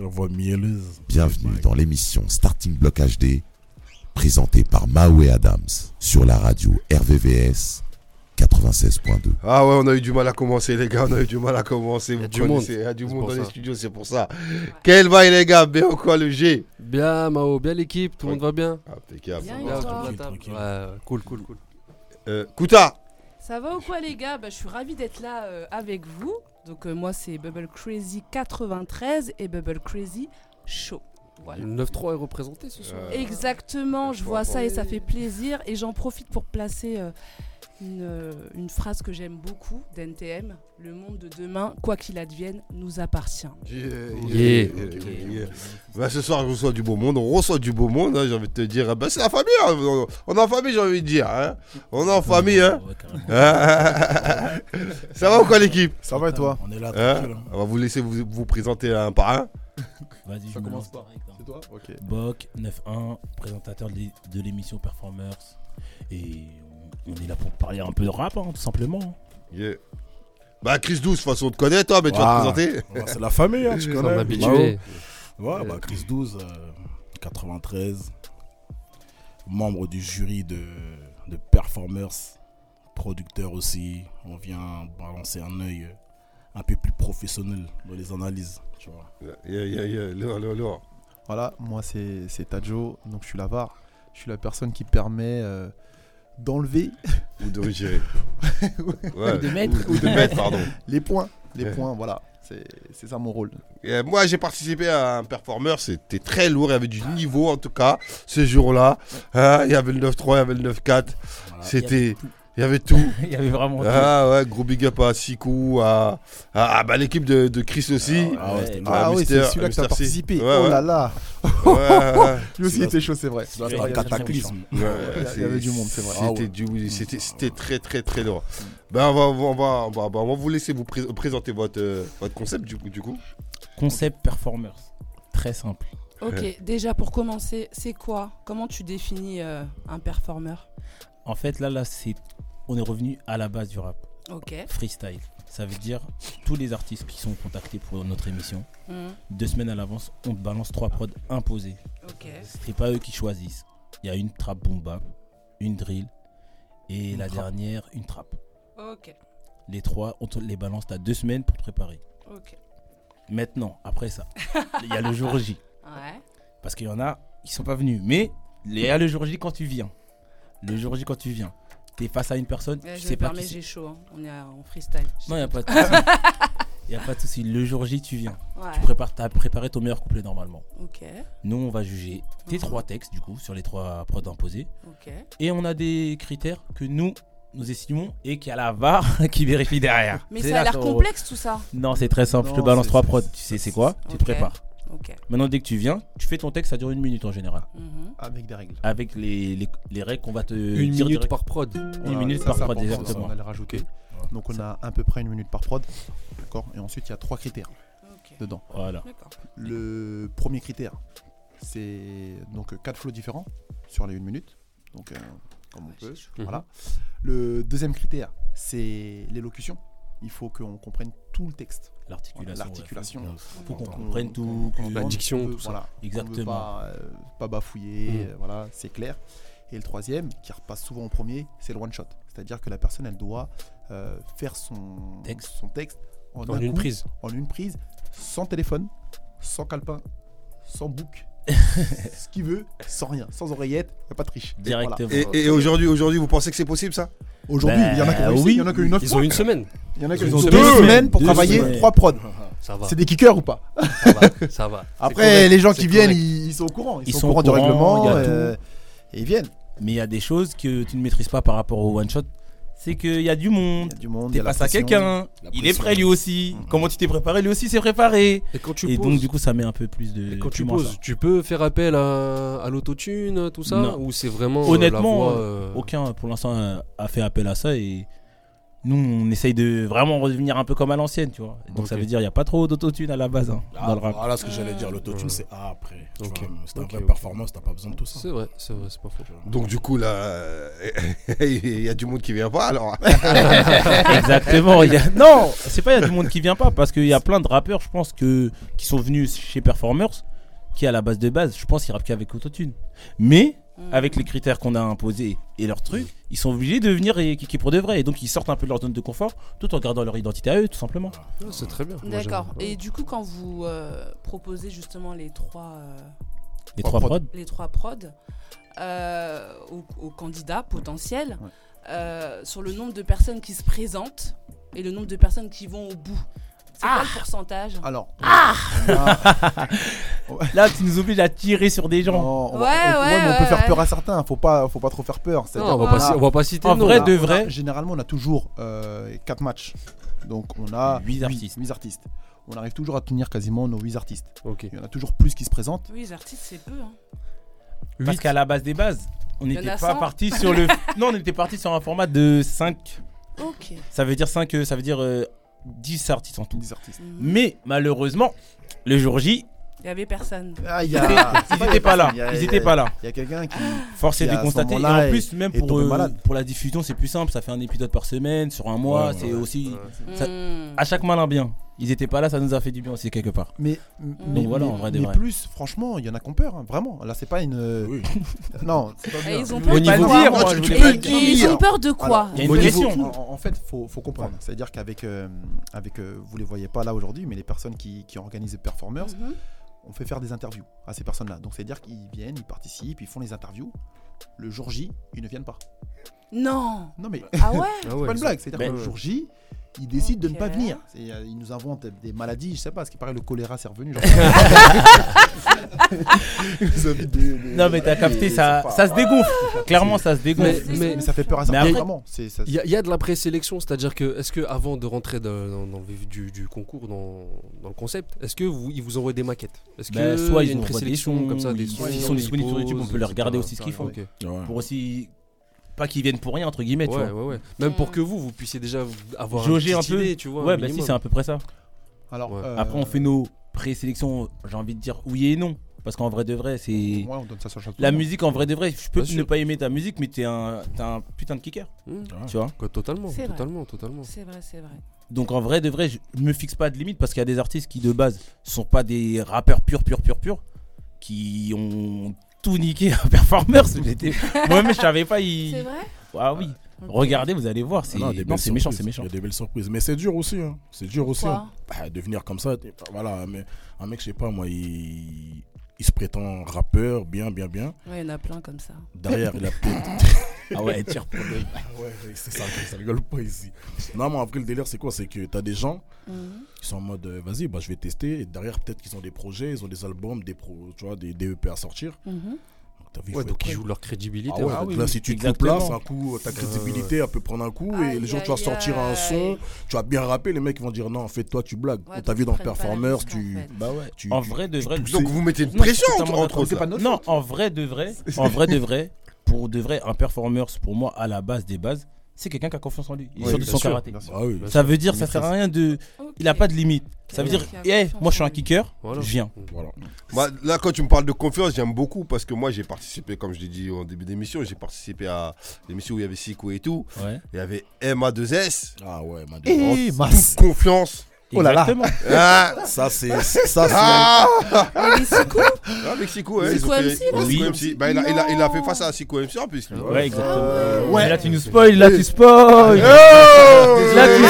La voix mielleuse. Bienvenue dans l'émission Starting Block HD, présentée par Maoué Adams sur la radio RVVS 96.2. Ah ouais, on a eu du mal à commencer, les gars. On a eu du mal à commencer. Vous du monde. connaissez, il y a du C'est monde pour dans les ça. studios, c'est pour ça. Quel bail, les gars. Bien quoi, le G Bien, Mao, bien l'équipe, tout le monde va bien. Impeccable. Bien, Bien et autour de toi la Tranquille, table. tranquille. Ouais, ouais, cool, cool, cool. Euh, Kouta Ça va ou quoi les gars Bah, Je suis ravie d'être là euh, avec vous. Donc euh, moi c'est Bubble Crazy 93 et Bubble Crazy Show. Voilà. Le 9-3 est représenté ce soir. Euh, Exactement, je faut vois ça et ça apporter- fait plaisir. Et j'en profite pour placer euh, une, euh, une phrase que j'aime beaucoup d'NTM. Le monde de demain, quoi qu'il advienne, nous appartient. Yeah, Yeah. yeah. Bah, ce soir, je reçois du beau monde. On reçoit du beau monde. hein, j'ai envie de te dire, Ah bah, c'est la famille. hein. On- On est en famille, j'ai envie de dire. hein. On est en famille. Hein. Ouais, carrément. ça va ou quoi, l'équipe Ça va et toi On est là, Hein tranquille. hein. On va vous laisser vous, vous présenter un par un. Vas-y, je Ça me commence lance pas. direct, hein. C'est toi Ok. Boc 9-1, présentateur de l'é- de l'émission Performers. Et on- on est là pour parler un peu de rap, hein, tout simplement. Yeah. Bah, Chris 12, de toute façon, on te connaît, toi, mais tu vas Ah. te présenter. Ouais, c'est la famille, hein, tu Ça m'a connais. habitué. Mao. Ouais, bah, Chris 12, euh, 93, membre du jury de, de Performers, producteur aussi. On vient balancer un œil euh, un peu plus professionnel dans les analyses, tu vois. Yeah, yeah, yeah. Lourd, lourd, lourd. Voilà, moi c'est c'est Tadjo, donc je suis la VAR. Je suis la personne qui permet euh, d'enlever Ou de retirer. Ouais. Ou de mettre. Ou de mettre, pardon. les points. Les Ouais. points, voilà. C'est c'est ça mon rôle. Et euh, moi, j'ai participé à un performer, c'était très lourd, il y avait du niveau en tout cas, ce jour-là. Hein, il y avait le 9-3, il y avait le 9-4, Ah, Voilà. c'était. Il y avait tout. Il y avait vraiment Ah ouais, gros big up à Sikou, à, à- à- bah, l'équipe de, de Chris aussi. Ah ouais, c'était Ah, lourd. Ah, oui, Mister- c'est celui-là que Mister C. t'as participé. Ouais, Oh ouais. là là Ouais, ouais, ouais. Lui aussi C'est il était chaud, c'est vrai. C'était un cataclysme. Ouais, Il y c'est- avait du monde, c'est vrai. C'était Ah ouais. du- c'était- c'était très très très lourd. Ben, on, va, on, va, on, va, ben, on va- on va vous laisser vous pré- présenter votre, euh, votre concept du, coup- du coup. Concept performance. Très simple. Ok, déjà pour commencer, c'est quoi Comment tu définis euh, un performeur En fait, là, là, c'est. On est revenu à la base du rap. Ok. Freestyle. Ça veut dire tous les artistes qui sont contactés pour notre émission, Hmm, deux semaines à l'avance, on te balance trois prods imposés. Ok. C'est pas eux qui choisissent. Il y a une trappe boom bap, une drill et la dernière, une trappe. Ok. Les trois, on te les balance. T'as deux semaines pour te préparer. Ok. Maintenant, après ça, il y a le jour J. Ouais. Parce qu'il y en a, ils sont pas venus. Mais il y a le jour J quand tu viens. Le jour J quand tu viens. T'es face à une personne, Ouais, tu Eh, je sais me pas permets, qui c'est. j'ai chaud. hein. On est à- en freestyle. Non, il a pas de souci. Il a pas de souci. Le jour J, tu viens. Ouais. Tu prépares, as préparé ton meilleur couplet normalement. Ok. Nous, on va juger tes Mhm. trois textes, du coup, sur les trois prods imposés. Ok. Et on a des critères que nous, nous estimons et qu'il y a la VAR qui vérifie derrière. Mais C'est ça oh. a là l'air qu'on- complexe tout ça. Non, c'est très simple. Je te Non, balance c'est- trois c'est- prods. Tu sais, c'est quoi Tu te Ok. prépares. Ok. Maintenant, dès que tu viens, tu fais ton texte, ça dure une minute en général. Mhm. Avec des règles. Avec les, les, les règles qu'on va te Une dire minute direct- par prod. Une minute ça, par c'est prod, important, ça, exactement. On va le rajouter. Voilà. Donc on a à peu près une minute par prod. D'accord Et ensuite il y a trois critères Ok. dedans. Voilà. D'accord. Le premier critère, c'est donc 4 flots différents sur les 1 minute. Donc, euh, comme on Ouais, peut. c'est chaud. Voilà. Le deuxième critère, c'est l'élocution. Il faut qu'on comprenne tout le texte. Voilà, L'articulation. L'articulation. ouais. Il Faut qu'on comprenne tout, qu'on- la diction, tout ça. Voilà. On veut Exactement. pas, euh, pas bafouiller, Mm. euh, voilà, c'est clair. Et le troisième, qui repasse souvent en premier, c'est le one shot. C'est-à-dire que la personne, elle doit euh, faire son Texte. son texte en, En un une coup, prise. en une prise, sans téléphone, sans calepin, sans bouc, ce qu'il veut, sans rien, sans oreillette, y a pas de triche. Directement. Et, et aujourd'hui, aujourd'hui, vous pensez que c'est possible ça Voilà. Aujourd'hui, il y en a qui ont Bah réussi, il y en a oui, qui ont eu 9 Ils ont une semaine. il y en a qui ils ont ont deux eu deux semaines semaines. pour Deux travailler semaines. 3 prods. Ça va. C'est des kickers ou pas Ça va. Ça va. Après, correct, les gens c'est qui correct. viennent, ils, ils sont au courant. Ils, Ils sont, sont au courant du au courant, règlement. il y a euh, et ils viennent. Mais il y a des choses que tu ne maîtrises pas par rapport au one shot. C'est qu'il y a du Il y monde. a du monde. il y T'es a la face à pression. quelqu'un. hein. La Il est pression. prêt lui aussi. Mhm. Comment tu t'es préparé Lui aussi s'est préparé. Et quand tu Et poses, donc, du coup, ça met un peu plus de. et quand tu piment, poses, ça. tu peux faire appel à, à l'autotune, tout ça Non. Ou c'est vraiment. euh, Honnêtement, la voix, euh, Aucun, pour l'instant, euh, a fait appel à ça. Et Nous, on essaye de vraiment redevenir un peu comme à l'ancienne, tu vois. Donc ça Ok. veut dire il n'y a pas trop d'autotune à la base hein, dans Ah, le rap. voilà ce que j'allais dire, l'autotune Ouais. Ah. c'est A après. Tu euh, Ok. vois, mais c'est un Ok, vrai ok. performance, t'as pas besoin de tout ça. C'est vrai, c'est vrai, c'est pas faux. Donc du coup là, euh, il y a du monde qui vient pas alors. Exactement. il y a- Non, c'est pas il y a du monde qui vient pas parce qu'il y a plein de rappeurs, je pense que qui sont venus chez Performers, qui à la base de base, je pense qu'ils rappent qu'avec autotune. Mais Mhm. avec les critères qu'on a imposés et leurs trucs, ils sont obligés de venir et qui pour de vrai. Et donc ils sortent un peu de leur zone de confort tout en gardant leur identité à eux, tout simplement. Ah, Ouais, Ah, c'est très bien. Moi, j'aime. D'accord. Ouais. Et du coup, quand vous euh, proposez justement les trois, euh, Les Trois trois prods. prods. les trois prods euh, aux, aux candidats potentiels, Ouais. euh, sur le nombre de personnes qui se présentent et le nombre de personnes qui vont au bout, c'est quoi Ah le pourcentage Alors. Là, tu nous obliges à tirer sur des gens. Non, on va- Ouais, on- ouais, mais on peut ouais, faire ouais. peur à certains, faut pas, faut pas trop faire peur. Non, c'est-à-dire on va, qu'on pas, a- ci- on va pas citer En de nom, vrai, là. on de a- vrai. Généralement, on a toujours euh, 4 matchs. Donc on a Huit artistes. huit artistes. On arrive toujours à tenir quasiment nos 8 artistes. Ok. Il y en a toujours plus qui se présentent. Oui, les artistes, c'est peu. hein. Parce Huit. qu'à la base des bases, on y en n'était a pas 100. parti sur le. Non, on était parti sur un format de 5. Ok. Ça veut dire 5, ça veut dire euh, 10 artistes en tout. 10 artistes. Mhm. Mais malheureusement, le jour J, Il y avait personne. Ah, il y ils a- c'est n'étaient pas là. il y a- Ils n'étaient pas là. Il y a quelqu'un qui. Force est Qui, de à ce constater. Et moment-là, en plus, même est pour, tombé euh, malade. pour la diffusion, c'est plus simple. Ça fait un épisode par semaine, sur un mois. Ouais, c'est ouais. aussi. Ça- Mhm. À chaque malin bien. Ils n'étaient pas là, ça nous a fait du bien aussi, quelque part. Mais, mais voilà, en vrai de mais vrai. plus, franchement, il y en a qu'on peur, hein, vraiment. Là, c'est pas une. Oui. Non, c'est pas Et bien. ils ont Au peur de niveau quoi dire, moi, moi, je je veux voulais dire. pas Et dire. Ils ont peur de quoi Alors, Il y a une au niveau- pression. en, en fait, faut, faut comprendre. C'est-à-dire qu'avec, euh, avec, euh, vous les voyez pas là aujourd'hui, mais les personnes qui, qui ont organisé Performers, Mhm. on fait faire des interviews à ces personnes-là. Donc c'est-à-dire qu'ils viennent, ils participent, ils font les interviews. Le jour J, ils ne viennent pas. Non. Non mais Ah ouais Ah c'est ouais, pas une ça- blague. C'est-à-dire Ben que le jour J, ils décident de ne pas Ok. venir. C'est, euh, ils nous inventent des maladies, je sais pas. Ce qui paraît, le choléra c'est revenu. genre. Ils inventent des- des- Euh, Non, mais t'as des- capté, c'est ça, pas- ça se dégonfle. Clairement, ça se Mais- dégonfle. Mais ça fait peur à Mais certains. après- Vraiment, c'est ça. Il y, a- il y a de la présélection, c'est-à-dire que est-ce que avant de rentrer dans, dans- dans le vif du, du concours, dans, dans le concept, est-ce que vous ils vous envoient des maquettes Est-ce Bah, que soit il y ils a une nous envoient des présélection sons, comme ça, ils- des ils sont disponibles sur YouTube, on peut les les regarder aussi ce qu'ils font. Ouais. Pour aussi. Pas qu'ils viennent pour rien, entre guillemets, tu Ouais, vois. ouais, ouais. Même pour Mm. que vous, vous puissiez déjà avoir Jauger un, un petit peu. idée, tu vois. un Ouais, bah si, minimum. c'est à peu près ça. Alors Ouais. euh, Après, on fait nos présélections, j'ai envie de dire oui et non. Parce qu'en vrai de vrai, c'est. Ouais, on donne ça sur chaque. La tournoi. musique, en vrai de vrai, je peux Bien sûr. ne pas aimer ta musique, mais t'es un, t'es un putain de kicker, Mm. Ouais. tu vois. Quoi, totalement, C'est vrai. totalement, totalement. C'est vrai, c'est vrai. Donc en vrai de vrai, je me fixe pas de limite parce qu'il y a des artistes qui de base sont pas des rappeurs purs, purs, purs, purs, qui ont tout niqué à Performers. J'étais- Moi-même, je savais pas. C'est Ils... vrai Ah oui, Ok. regardez, vous allez voir. Ah C'est... non, Non, des belles c'est méchant, surprises. c'est méchant. Il y a des belles surprises. Mais c'est dur aussi. hein. C'est dur aussi. Pourquoi hein. Bah, devenir comme ça, t'es pas- voilà. Mais un mec, je sais pas, moi, il, il se prétend rappeur, bien, bien, bien. Ouais, il y en a plein comme ça. Derrière, il a peut-être. Ah ouais, tire pour l'œil. Ah ouais, c'est ça, ça rigole pas ici. Non, mais après, le délire, c'est quoi C'est que t'as des gens Mhm. qui sont en mode, euh, vas-y, bah, je vais tester. Et derrière, peut-être qu'ils ont des projets, ils ont des albums, des, pro, tu vois, des, des EP à sortir. Mhm. Donc, t'as vu, il Ouais, faut donc être ils prêt. jouent leur crédibilité. Ah ouais, en fait. donc là, si tu te Exactement. places, un coup, ta crédibilité, elle peut prendre un coup, et les Euh, Aïe, gens, tu vas aïe, sortir un aïe. son, tu vas bien rapper, les mecs ils vont dire non, en fait, toi, tu blagues. Ouais, On t'a donc vu ils dans prennent pas la Performers, risque, en tu. fait. Bah ouais. tu- En vrai de vrai, Donc vous mettez une Non, je suis pression totalement entre d'accord, autres. C'est pas là. notre Non, en vrai de vrai, en vrai de vrai, pour de vrai, un performance pour moi à la base des bases, c'est quelqu'un qui a confiance en lui. Il Oui, sort de bien son sûr. karaté. Bien sûr. Ah oui. Ça veut dire, Il ça sert à maîtrise. rien de. Ok. Il a pas de limite. Ça veut Ouais. dire, Qui a eh, confiance moi je suis en un lui. kicker, Voilà. je viens. Voilà. Bah, là quand tu me parles de confiance, j'aime beaucoup parce que moi j'ai participé, comme je l'ai dit en début d'émission, j'ai participé à l'émission où il y avait Sico et tout. Ouais. Il y avait MA2S. Ah ouais, man. Eh, En masse. bah. toute confiance. Oh là là. Exactement. Ah, Ça, c'est. Ça, c'est. ah Mais les Sico Ah, avec Sico, hein, Sico ils ont fait- MC, ils ont fait oui. MC. Bah, il, a, il a- il a fait Non. face à Sico MC en plus. lui. Ouais, exactement. Ah Mais Là, tu nous spoil, là, tu spoil. Oh Là, tu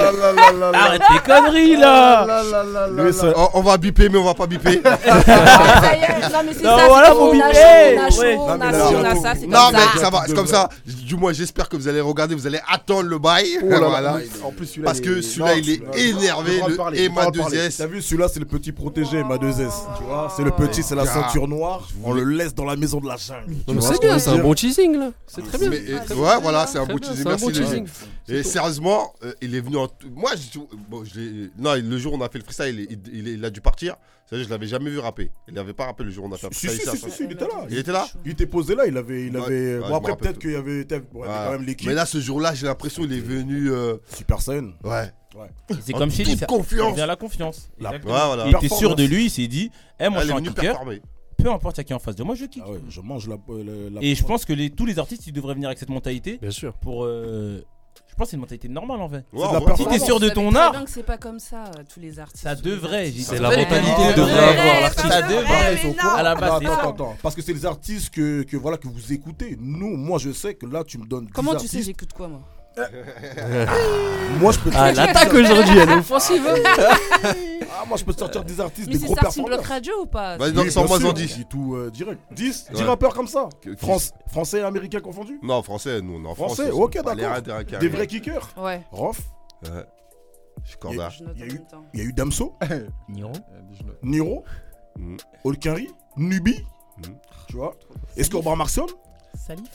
spoil. Arrête tes conneries, là. Lui, ça- On, on va biper, mais on va pas biper. Ah, ça y est. Non, mais c'est Non, ça, voilà, c'est comme faut on a biper. chaud, on a chaud, Ouais. on Non, mais a là, ça, on a là, ça, c'est Non, comme mais ça. ça va, c'est comme ça. Du moins, j'espère que vous allez regarder, vous allez attendre le bail. Oh Voilà. En plus, celui-là, Parce que celui-là, il est énervé, le Emma 2S. T'as vu, celui-là, c'est le petit protégé, ma 2S. laisse, Ah. tu vois. C'est le petit, c'est la Ah. ceinture noire. On le laisse dans la maison de la jungle. Non, mais c'est bien, c'est un bon teasing là. Ah, C'est très bien. Mais, Très et- bien, ouais, voilà, c'est un très bon bien, teasing. c'est un Merci, bon les teasing. Et tout. sérieusement, euh, il est venu en. t- Moi, j'ai tout- bon, je l'ai- non, le jour où on a fait le freestyle, il, il- il- il a dû partir. C'est-à-dire, je l'avais jamais vu rapper. Il n'avait pas rappé le jour où on a fait le Si, si, freestyle. si, c'est si, un- si, il était là. Il était là Il était posé là, il avait. Il Ouais, avait... ouais, je bon, me après, rappelle peut-être qu'il y avait, il y avait Voilà. quand même l'équipe. Mais là, ce jour-là, j'ai l'impression qu'il est venu. euh, Super Saiyan. Ouais. C'est En comme chez lui. toute ça- confiance. ça revient à la confiance. La- Ouais, Exactement. voilà. Il était sûr de lui, il s'est dit Eh, moi je Elle est suis un venue kicker, performer. peu importe il y a qui est en face de moi, je kick. Ah ouais, je mange la. euh, la- la- Et je pense que les- tous les artistes ils devraient venir avec cette mentalité Bien sûr. pour. euh, Je pense que c'est une mentalité normale en fait. Ouais, C'est de en la vrai. Si t'es Vous sûr de savez ton très art, bien que C'est pas comme ça, euh, tous les artistes. ça tous les devrait. artistes. C'est la vrai. mentalité que Ah, devrait ouais. avoir l'artiste. Ça Ouais, devrait. mais non. À la Attends, base, attends, attends. Parce que c'est les artistes que, que, voilà, que vous écoutez. Nous, moi, je sais que là, tu me donnes. 10 Comment tu sais Ah. artistes. j'écoute quoi moi Moi, je peux te Ah, sortir- l'attaque aujourd'hui, elle est ouf. Offensive Ah, moi, je peux te sortir des artistes, Mais des c'est gros Starting performeurs. Block Radio ou pas Vas-y, donc, Oui, sans bien moi, sûr, en on 10. dit tout euh, direct. 10 10 Ouais. rappeurs comme ça. Que- France- français et américains confondus. Non, français, nous, on est en France. Français, on ok, parle d'accord. rien d'un carré. Des vrais kickers. Ouais, Rof, Ouais. Je suis corda. Ah, je note Il y en a eu- même temps. il y a eu Damso, Niro. Niro, Mm. Olkari, Nubi. Mm. Tu vois Escobar Marcion,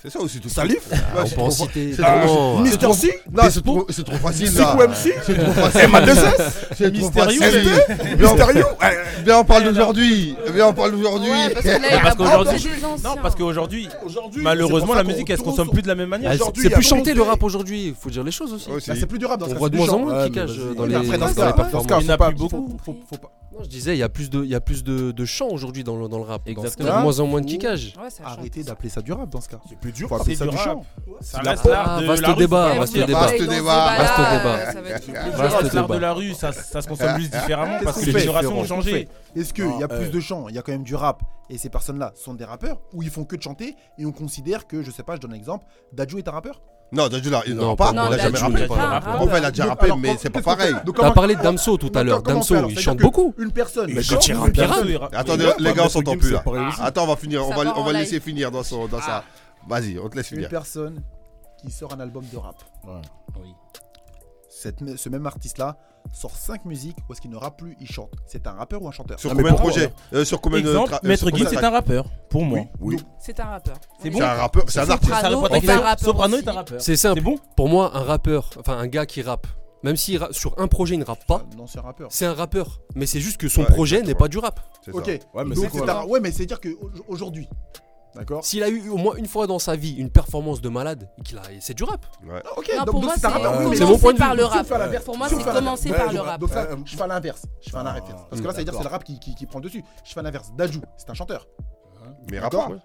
C'est ça aussi, tout ça. Salif, Ouais, Ah, On c'est peut en trop fa- citer. c'est trop- Mister C, Non, c'est trop- c'est trop facile là. Sikou MC, C'est trop facile. MADSS, C'est trop Mystérieux. facile. Viens, on- Mysterio. Ouais, Viens, on parle d'aujourd'hui. Viens, on parle d'aujourd'hui. Ouais, parce que là, il y a Parce beaucoup qu'aujourd'hui- de Non, anciens. parce qu'aujourd'hui, Aujourd'hui, c'est malheureusement, pour la ça qu'on musique elle se retourne consomme sur- plus de la même manière. Ah, C'est Aujourd'hui, il c'est y a plus tant de chanté le télé. rap aujourd'hui, il faut dire les choses aussi. Ouais, c'est- Bah, c'est plus durable dans On ce cas, voit de c'est moins plus en genre. moins Ouais, qui mais cachent vas-y. dans Il les y en a Après, dans dans les ce cas, cas, dans ce cas, performances. il y en a faut pas- plus beaucoup. faut- faut- faut pas- Non, je disais, il y a plus de, il y a plus de, de chants aujourd'hui dans, le- dans le rap. Il y a Exactement. de moins en moins de kickage. Ouais, ça Arrêtez chante. d'appeler ça durable dans ce cas. C'est plus dur. Faut appeler C'est ça du du rap. chant. Ça de la reste pop. l'art Ah, de vaste la rue. débat, Ouais, vaste on va débat. parler Vaste dans débat. ce débat-là, Vaste débat. euh, ça va être compliqué. Vaste L'art débat. de la rue, ça, ça se consomme plus différemment Ah, parce que les Qu'est-ce qu'on générations fait ont changé. Est-ce qu'il Non, y a euh. plus de chants Il y a quand même du rap. Et ces personnes-là sont des rappeurs ou ils font que de chanter et on considère que, je sais pas, je donne un exemple, Dadju est un rappeur Non, Dadju, là, il Non, n'en pas. non, Il a jamais Dadju, il rappé. est pas un rappeur. En fait, il a déjà Donc, rappé, alors, mais comment- c'est pas qu'est-ce qu'on pareil. fait Donc, T'as comment- parlé de Damso tout à Donc, l'heure. comment on fait, Damso, alors il C'est-à-dire chante que beaucoup. Une personne. Mais chante, quand il une rappe, il personne- Attendez, Ouais, les bah, gars, on Maître s'entend Gims, plus c'est là. pareil aussi. Attends, on va finir. On Ça va, part on en va live. laisser finir dans, son, dans sa. Vas-y, on te laisse Une finir. personne qui sort un album de rap. Ouais. Cette- ce même artiste-là sort 5 musiques où est-ce qu'il ne rappe plus, il chante. C'est un rappeur ou un chanteur Sur Ah, mais combien de pourquoi projets Euh, Sur combien de. Exemple, tra- euh, Maître sur Gims combien de est tra- un rappeur, pour moi. Oui. C'est un rappeur. On C'est est bon C'est un rappeur, c'est un artiste. Soprano, Ça répond à ta on fait un question. rappeur Soprano aussi. est un rappeur. C'est simple. C'est bon Pour moi, un rappeur, enfin un gars qui rappe, même s'il ra- sur un projet il ne rappe pas, Un ancien rappeur. c'est un rappeur. Mais c'est juste que son Ouais, projet n'est exactement. pas du rap. C'est ça. Ok. Ouais, mais Donc, c'est quoi, c'est là un- ouais, mais c'est-à-dire qu'aujourd'hui, d'accord S'il a eu au moins une fois dans sa vie une performance de malade, et qu'il a- et c'est du rap. Ouais. Ah, Ok, Non, donc, pour donc moi, c'est un c'est rappeur. commencer C'est mon point de par vue. le Si on rap. fait à l'inverse, Pour moi, si on c'est fait à l'inverse. commencer Ouais, par je le vois. rap. Donc ça, Euh, je fais à l'inverse. Je fais à l'inverse. Ah, Parce que là, ça veut dire d'accord. c'est le rap qui, qui, qui prend le dessus. Je fais à l'inverse. Dajou, c'est un chanteur. Mais D'accord. rappeur.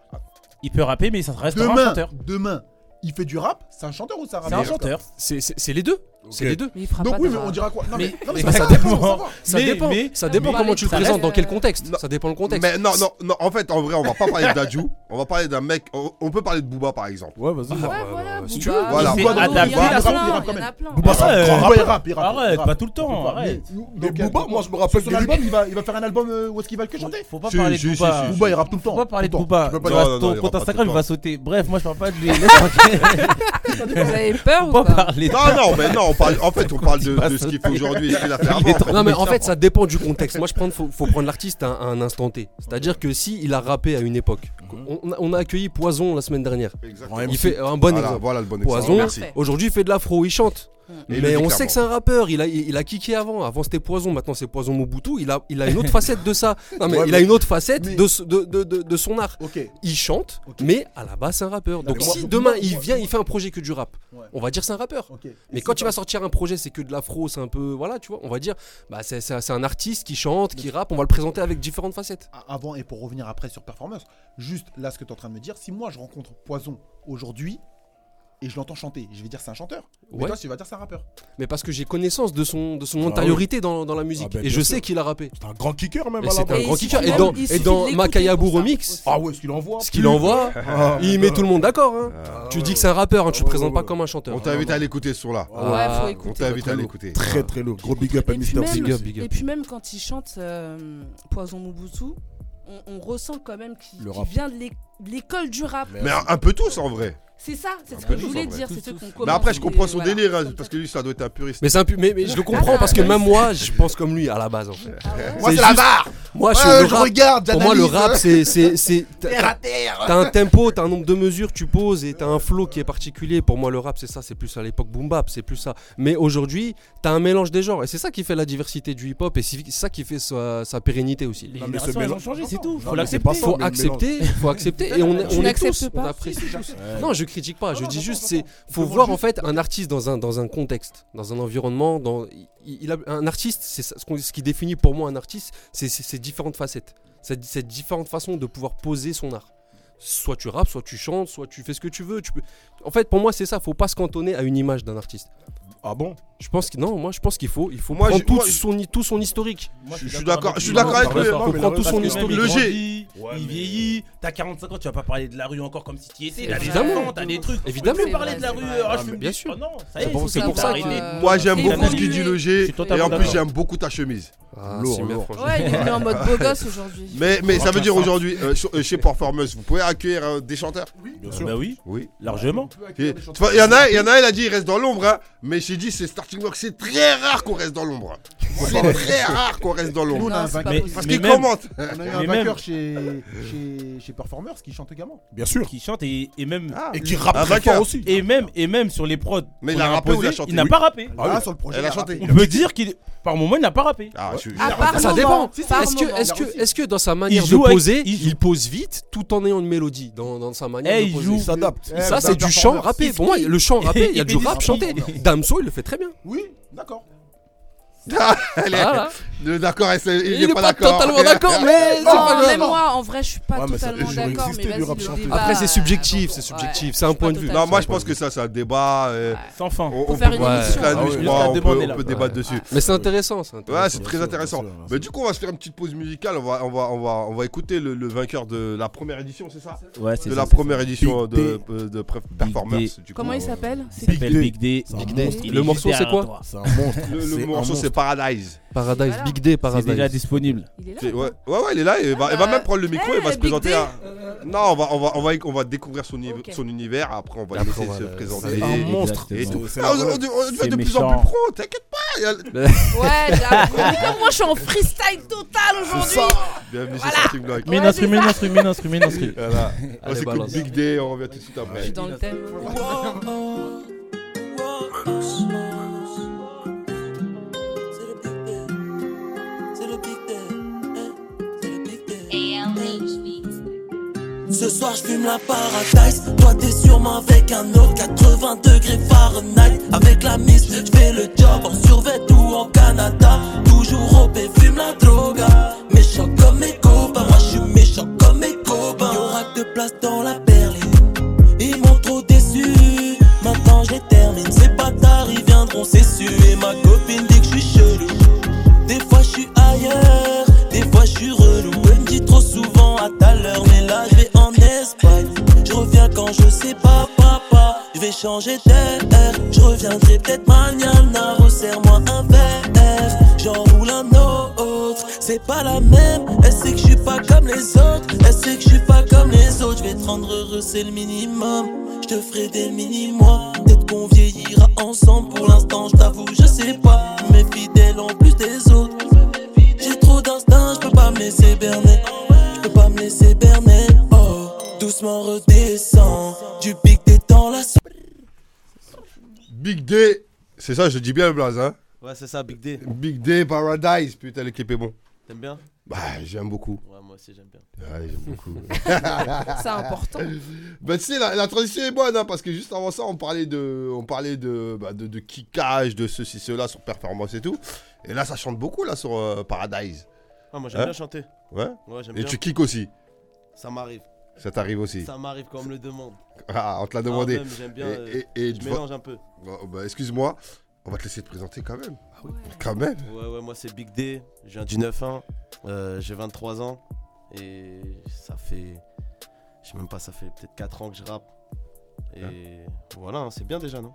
Il peut rapper, mais ça reste un Demain, Ah, chanteur. demain, il fait du rap. C'est un chanteur ou c'est un C'est un rappeur chanteur. C'est c'est- c'est les deux. C'est Ok. les deux. Mais il fera Donc pas oui, de mais rap. on dira quoi Non mais, Mais- non, mais mais c'est Bah, ça pas ça. dépend. on va Ça Mais- dépend. mais- ça dépend mais- comment tu le ça présentes, reste, dans quel euh, contexte. Non. Ça dépend le contexte. Mais non, non, non, en fait, en vrai, on va pas parler de Dadju. On va parler d'un mec. On, on peut parler de Booba, par exemple. Ouais, vas-y. Ah, Ouais, voilà, si Booba, tu veux. Voilà. Booba, Il Booba, s'est adapté il y en a à plein, la rap, il y en quand a plein. Booba, Ah, ça, Booba, euh, il rappe, il rappe, il Arrête, rappe. pas tout le temps. Arrête. Mais Mais Booba, moi, je me sur rappelle son que album, il va, il va faire un album euh, où est-ce qu'il va le que chanter Faut pas Si, parler si, de Booba. si, si, si. Booba, il rappe tout le temps. Faut pas parler de tout le temps. Booba. peux pas- Tu vas- Non, non, non, il Ton rappe compte pas Instagram tout il le va sauter. Bref, moi je parle pas de lui. Laisse tranquille. Vous avez peur ou Faut pas pas parler. de- Non, non, mais non, on parle, en fait, on parle de, de ce qu'il fait aujourd'hui et ce qu'il a fait Il est avant. trop- Non mais en méchant, fait ça dépend du contexte. Moi je prends, faut, faut prendre l'artiste à, un- à un instant T. C'est-à-dire que si il a rappé à une époque, on, on a- on a accueilli Poison la semaine dernière. Exactement. Il fait un bon voilà, exemple. voilà le bon exemple. Poison, Merci. Parfait. aujourd'hui il fait de l'afro, il chante. Et il le mais dit on clairement. sait que c'est un rappeur, il a, il, il a kické avant, avant c'était Poison, maintenant c'est Poison Mobutu, il a, il a une autre facette de ça. Non mais Ouais, il mais- a une autre facette mais- de, ce- de, de- de- de son art. Ok. Il chante, Ok. mais à la base c'est un rappeur. Donc mais moi- si demain moi- il moi- vient, il fait un projet que du rap, Ouais. on va dire c'est un rappeur. Ok. Mais Et quand il c'est va sortir un projet, c'est que de l'afro, c'est un peu. Voilà, tu vois, on va dire, bah, c'est, c'est- c'est un artiste qui chante, qui rappe, on va le présenter avec différentes facettes. pas- Avant et pour revenir après sur performance, juste là ce que tu es en train de me dire, si moi je rencontre Poison aujourd'hui et je l'entends chanter, je vais dire c'est un chanteur. Mais Ouais. toi tu vas dire c'est un rappeur. Mais parce que j'ai connaissance de son, de son Ah antériorité dans, dans la musique. Ah ben, et je bien sais sûr. qu'il a rappé. C'est un grand kicker, même, Et à la c'est un base. grand il kicker. suffit Et de- dans, il et suffit dans de l'écouter Makayabu pour ça. Remix, Ah ouais, ce qu'il envoie. ce qu'il envoie, il met tout le monde d'accord. hein. Ah. tu dis que c'est un rappeur, hein, tu Ah le ouais, présentes ouais, pas ouais. comme un chanteur. On t'invite à l'écouter ce son-là. Ouais, faut On écouter. t'invite à l'écouter. Ah. Très, très lourd. Gros big up à Et puis Mister même- C. Big up, big Et up. puis même quand il chante euh, Poison Mobutu, on, on ressent quand même qu'il Le qu'il rap. vient de l'é- l'école du rap. Mais un, un peu tous en vrai. C'est ça, c'est ce peu que je tous, en voulais vrai. dire, Tous, c'est tous. ce qu'on Mais commence. Mais après, je et comprends son voilà. délire, hein, parce que lui, ça doit être un puriste. Mais, c'est un pu- mais, mais je le comprends parce que même moi, je pense comme lui à la base. en fait. Ah ouais C'est juste- barre Moi, je, suis Ouais, le je rap- regarde, Pour moi, le j'analyse, rap, hein. c'est. c'est- c'est- Terre à T'as terre t'as un tempo, t'as un nombre de mesures, tu poses et t'as un flow qui est particulier. Pour moi, le rap, c'est ça. C'est plus à l'époque boom bap, c'est plus ça. Mais aujourd'hui, t'as un mélange des genres et c'est ça qui fait la diversité du hip hop et c'est ça qui fait sa, sa pérennité aussi. Les Non, mais ce générations, elles ont mélange- changé, c'est tout. Non, Faut mais c'est l'accepter. pas ça. Faut mais le accepter, faut accepter et on, est- Tu on est n'acceptes tous, pas on apprécie tous. Ouais. Non, je critique pas, je dis juste c'est faut Je voir vois en fait un artiste dans un dans un contexte, dans un environnement, dans il, il a un artiste, c'est ça- ce, qu'on- ce qui définit pour moi un artiste, c'est c'est- c'est différentes facettes, cette, cette différente façon de pouvoir poser son art. Soit tu rappes, soit tu chantes, soit tu fais ce que tu veux, tu peux En fait, pour moi, c'est ça, faut pas se cantonner à une image d'un artiste. Ah bon Je pense que non, moi je pense qu'il faut il faut Moi, prendre j'ai- tout moi, son tout son historique. Je- je suis d'accord- je suis d'accord avec lui, Faut mais prendre le- tout son parce que historique. le Le G. G. Ouais, Il mais- vieillit. T'as 45 ans, tu vas pas parler de la rue encore comme si t'y étais. T'as des Évidemment. enfants, t'as des trucs. Évidemment. Tu peux plus parler de la C'est rue. vrai, ah, c'est je vrai. fume Bien des- sûr. Ah non, ça y C'est est, pour- faut- c'est faut pour ça. arrêter. Euh, Moi, j'aime c'est beaucoup ce évolué. qu'il dit le G. Et en totalement plus, d'accord. j'aime beaucoup ta chemise. Ah, Lourd, c'est bien, lourd. franchement. Ouais, il est venu en mode beau gosse aujourd'hui. Mais, mais ça veut dire Franchement, aujourd'hui, euh, sur- euh, chez Performance, vous pouvez accueillir euh, des chanteurs Bien Ah sûr. Bah oui, Oui. largement. Il y en a, il y en a, il a dit, il reste dans l'ombre, hein. Mais j'ai dit, c'est starting block, c'est très rare qu'on reste dans l'ombre. C'est très rare qu'on reste dans Nous, on l'ombre. a un Non, c'est pas vainqueur- possible. Parce Mais qu'il même- commente. on a eu Mais un même- vainqueur chez, chez, chez Performers qui chante également. Bien sûr. Qui chante et et même. Et qui rappe Ah, très vainqueur. fort aussi. Et même, et même sur les prods. Mais il qu'on a rappé ou il a imposés, chanté Il n'a Oui. pas rappé. Là, oui. sur le projet. Elle a là, chanté. On peut dire qu'il, par moment, il n'a pas rappé. Ah, je suis- À part ça moment, dépend. par Est-ce que, moment. est-ce que, est-ce que dans sa manière de joue avec- poser, il il, joue. pose vite tout en ayant une mélodie dans, dans sa manière Eh, de il poser joue. Il s'adapte. Eh, Ça, bah, c'est du Performers. chant rappé. Pour moi, le chant rappé, il y a du rap Il- chanté. il- Damso, il le fait très bien. Oui, d'accord. Allez, Voilà. le- D'accord, elle, c'est- il Il n'est est pas pas d'accord. totalement d'accord, mais c'est Non, pas grave. même moi, en vrai, je suis pas Ouais, mais ça totalement peut toujours d'accord. exister, Mais vas-y, du rap le chanté. débat, Après, c'est euh, subjectif, bon, c'est ouais. subjectif, c'est un Pas point de vue. totalement. Non, moi, je pense que ça, c'est un débat. euh, Sans fin. on- Faut on faire peut- une Ouais. émission. la Ah nuit, oui, je oui. crois, Jusqu'à on peut, demander, là. on peut débattre dessus. Mais c'est intéressant. c'est Ouais, intéressant. c'est très bien intéressant. sûr, bien Mais sûr. du coup, on va se faire une petite pause musicale. On va, on va, on va, on va écouter le, le vainqueur de la première édition, c'est ça Ouais, c'est De ça, la c'est première édition Big de, euh, de Pre- Performance. du coup. Comment il s'appelle ça. C'est Il s'appelle Big D. C'est un Day. monstre. Il Le est morceau, juste c'est quoi derrière toi. C'est un monstre. Le, C'est le un morceau, c'est monstre. Paradise. Paradise, Voilà. Big Day, C'est déjà Paradise. disponible. Il est là. C'est- Ouais. ouais, ouais, il est là. Il va, il va bah, même prendre le micro. hey, il va se Big présenter. Day. hein. Non, on va, on va, on va, on va découvrir son, Ok. son univers. Après, on va le Après, laisser on va se le- présenter. C'est un Exactement. monstre. Et tout. C'est Ah, la on, relève. on- on devient C'est de plus en méchant. plus pro. T'inquiète pas. il y a- Ouais, j'avoue. Mais comme moi, je suis en freestyle total aujourd'hui. Bienvenue chez Starting Block. Mine Ouais, instru, c'est mine instru, mine instru, mine instru. Voilà. On Allez, s'écoute balance. Big Day. On revient tout de suite Je après. suis dans le thème. C'est le big day. C'est le big day. hein. C'est le big day. Ce soir, je fume la paradise. Toi, t'es sûrement avec un autre 80 degrés Fahrenheit. Avec la miss, je fais le job en survêt ou en Canada. Toujours au B, fume la drogue. Méchant comme mes copains. Moi, je suis méchant comme mes copains. Y'aura que de place dans la berline. Ils m'ont trop déçu. Maintenant je les termine. Ces bâtards, ils viendront, c'est sûr. Et ma copine dit que je suis chelou. Des fois je suis ailleurs, des fois je suis relou. Elle me dit trop souvent à ta l'heure. Mais là je vais en Espagne. Je reviens quand je sais pas, papa. Je vais changer d'air. Je reviendrai peut-être mañana. Resserre-moi un verre. J'enroule un autre. C'est pas la même. Elle sait que je suis pas comme les autres. Elle sait que je suis pas comme les autres. Je vais te rendre heureux, c'est le minimum. Je te ferai des mini-mois. Peut-être qu'on vieillira ensemble. Pour l'instant, je t'avoue, je sais pas. Mais fidèle en plus des autres. J'ai trop d'instinct, je peux pas me laisser berner. Je peux pas me laisser berner. Oh, doucement redescends. Du pic des temps, la Big Day. C'est ça, je dis bien le blaze. Hein. Ouais, c'est ça, Big D. Big Day Paradise. Putain, le clip est bon. T'aimes bien Bah, j'aime beaucoup. Ouais, moi aussi, j'aime bien. Ouais, j'aime beaucoup. C'est important. bah, tu sais, la, la transition est bonne, hein, parce que juste avant ça, on parlait de, on parlait de, bah, de, de kickage, de ceci, cela, sur performance et tout. Et là, ça chante beaucoup, là, sur euh, Paradise. Ah, moi, j'aime Hein bien chanter. Ouais. Ouais, j'aime Et bien. tu kicks aussi. Ça m'arrive. Ça t'arrive aussi. Ça m'arrive quand on me le demande. Ah, on te l'a Ah, demandé. même, J'aime Et- bien. euh, et, et, Je mélange un peu. bah, bah, excuse-moi, on va te laisser te présenter quand même. Ouais. Quand même. Ouais, ouais, moi, c'est Big D. Je viens du 9-1. euh, J'ai 23 ans. Et ça fait. Je sais même pas, ça fait peut-être 4 ans que je rappe. Et voilà, hein, c'est bien déjà, non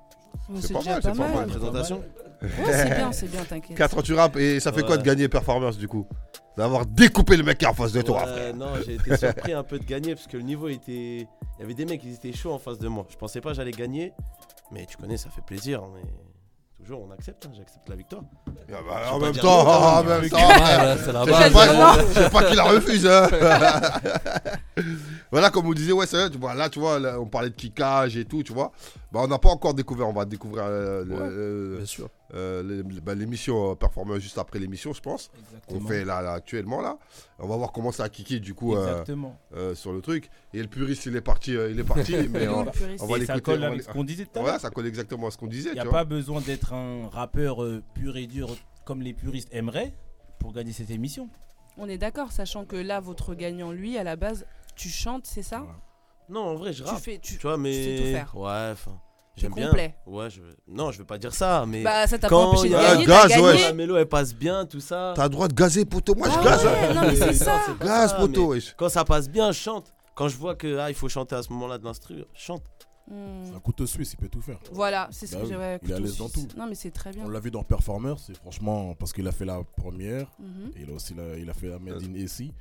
Bon, pas déjà mal, c'est pas Pour mal. une présentation Ouais, c'est bien, c'est bien, t'inquiète. 4 ans tu rappes et ça fait quoi de Ouais. gagner Performance du coup d'avoir découpé le mec qui est en face de toi. Ouais, frère. Non, j'ai été surpris un peu de gagner parce que le niveau était. Il y avait des mecs qui étaient chauds en face de moi. Je pensais pas que j'allais gagner, mais tu connais, ça fait plaisir. On est- Toujours, on accepte, hein, j'accepte la victoire. Ah bah, Je vais en pas même dire temps, non, quand en même. même temps. voilà, c'est la Je base. sais pas, je sais bah, pas qui la refuse. hein. voilà, comme on disait, ouais, c'est vrai, tu vois, là, tu vois, là, on parlait de kickage et tout, tu vois. Bah, on n'a pas encore découvert, on va découvrir euh, le- Ouais, le- Bien sûr. euh, le- bah, l'émission euh, Performeur juste après l'émission, je pense. Qu'on fait là, là, actuellement, là. On va voir comment ça a kické, du coup, euh, Exactement. euh, sur le truc. Et le puriste, il est parti, euh, il est parti, mais Nous, on, le puriste. on va Et ça l'écouter. colle on va avec l'é- ce qu'on disait tout à l'heure. Voilà, ça colle exactement à ce qu'on disait, Il n'y tu a vois. pas besoin d'être un rappeur euh, pur et dur comme les puristes aimeraient pour gagner cette émission. On est d'accord, sachant que là, votre gagnant, lui, à la base, tu chantes, c'est ça Non, en vrai, je Tu rappe. fais, tu, Tu vois, mais. sais tout faire. Ouais, enfin. T'es J'aime bien. complet. Ouais, je. Non, je veux pas dire ça, mais. Bah, ça t'a pas Quand empêché de il y a gagner. un t'as gaz, ouais. gagné. Quand la mélo, elle passe bien, tout ça. T'as le droit de gazer, poteau. Moi, Ah je gaze. hein. ouais, non, mais c'est ça. c'est pas Gaze, ça, poteau, mais wesh. Quand ça passe bien, je chante. Quand je vois que ah, il faut chanter à ce moment-là de l'instru, je chante. Hmm. Un couteau suisse, il peut tout faire. Voilà, c'est ce Bah que oui, j'avais. il est à écouté l'aise dans aussi. tout. Non, mais c'est très bien. On l'a vu dans Performer, c'est franchement parce qu'il a fait la première. Mhm. Et il a aussi la- il a fait la Made in ici.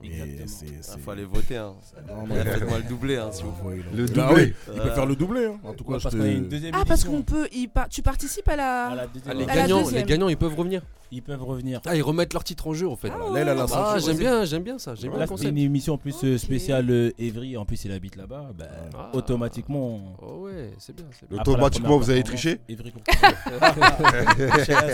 Et Exactement. c'est. Il c'est- faut aller voter. Hein. Non, mais- Faites-moi le doublé, hein, si vous Ah ouais, il a- Le il doublé. a- ah ouais, Il peut faire le doublé. hein. En tout cas, Ouais, je parce te- qu'on a une deuxième Ah, parce émission. qu'on peut. y par- Tu participes à la. À la Ah, deuxième les, À la émission, gagnants, les deuxième. gagnants, ils peuvent revenir. Ils peuvent revenir. Ah, ils remettent leur titre en jeu en fait. Ah, Là, il a la ceinture. Ah, j'aime bien, j'aime bien ça, j'aime bien Là, le c'est concept. une émission en plus euh, Ok. spéciale euh, Evry. En plus, il habite là-bas. Bah, Ah. automatiquement. Oh ouais, c'est bien, c'est bien. après la Automatiquement, première vous avez performance, triché Evry comprend.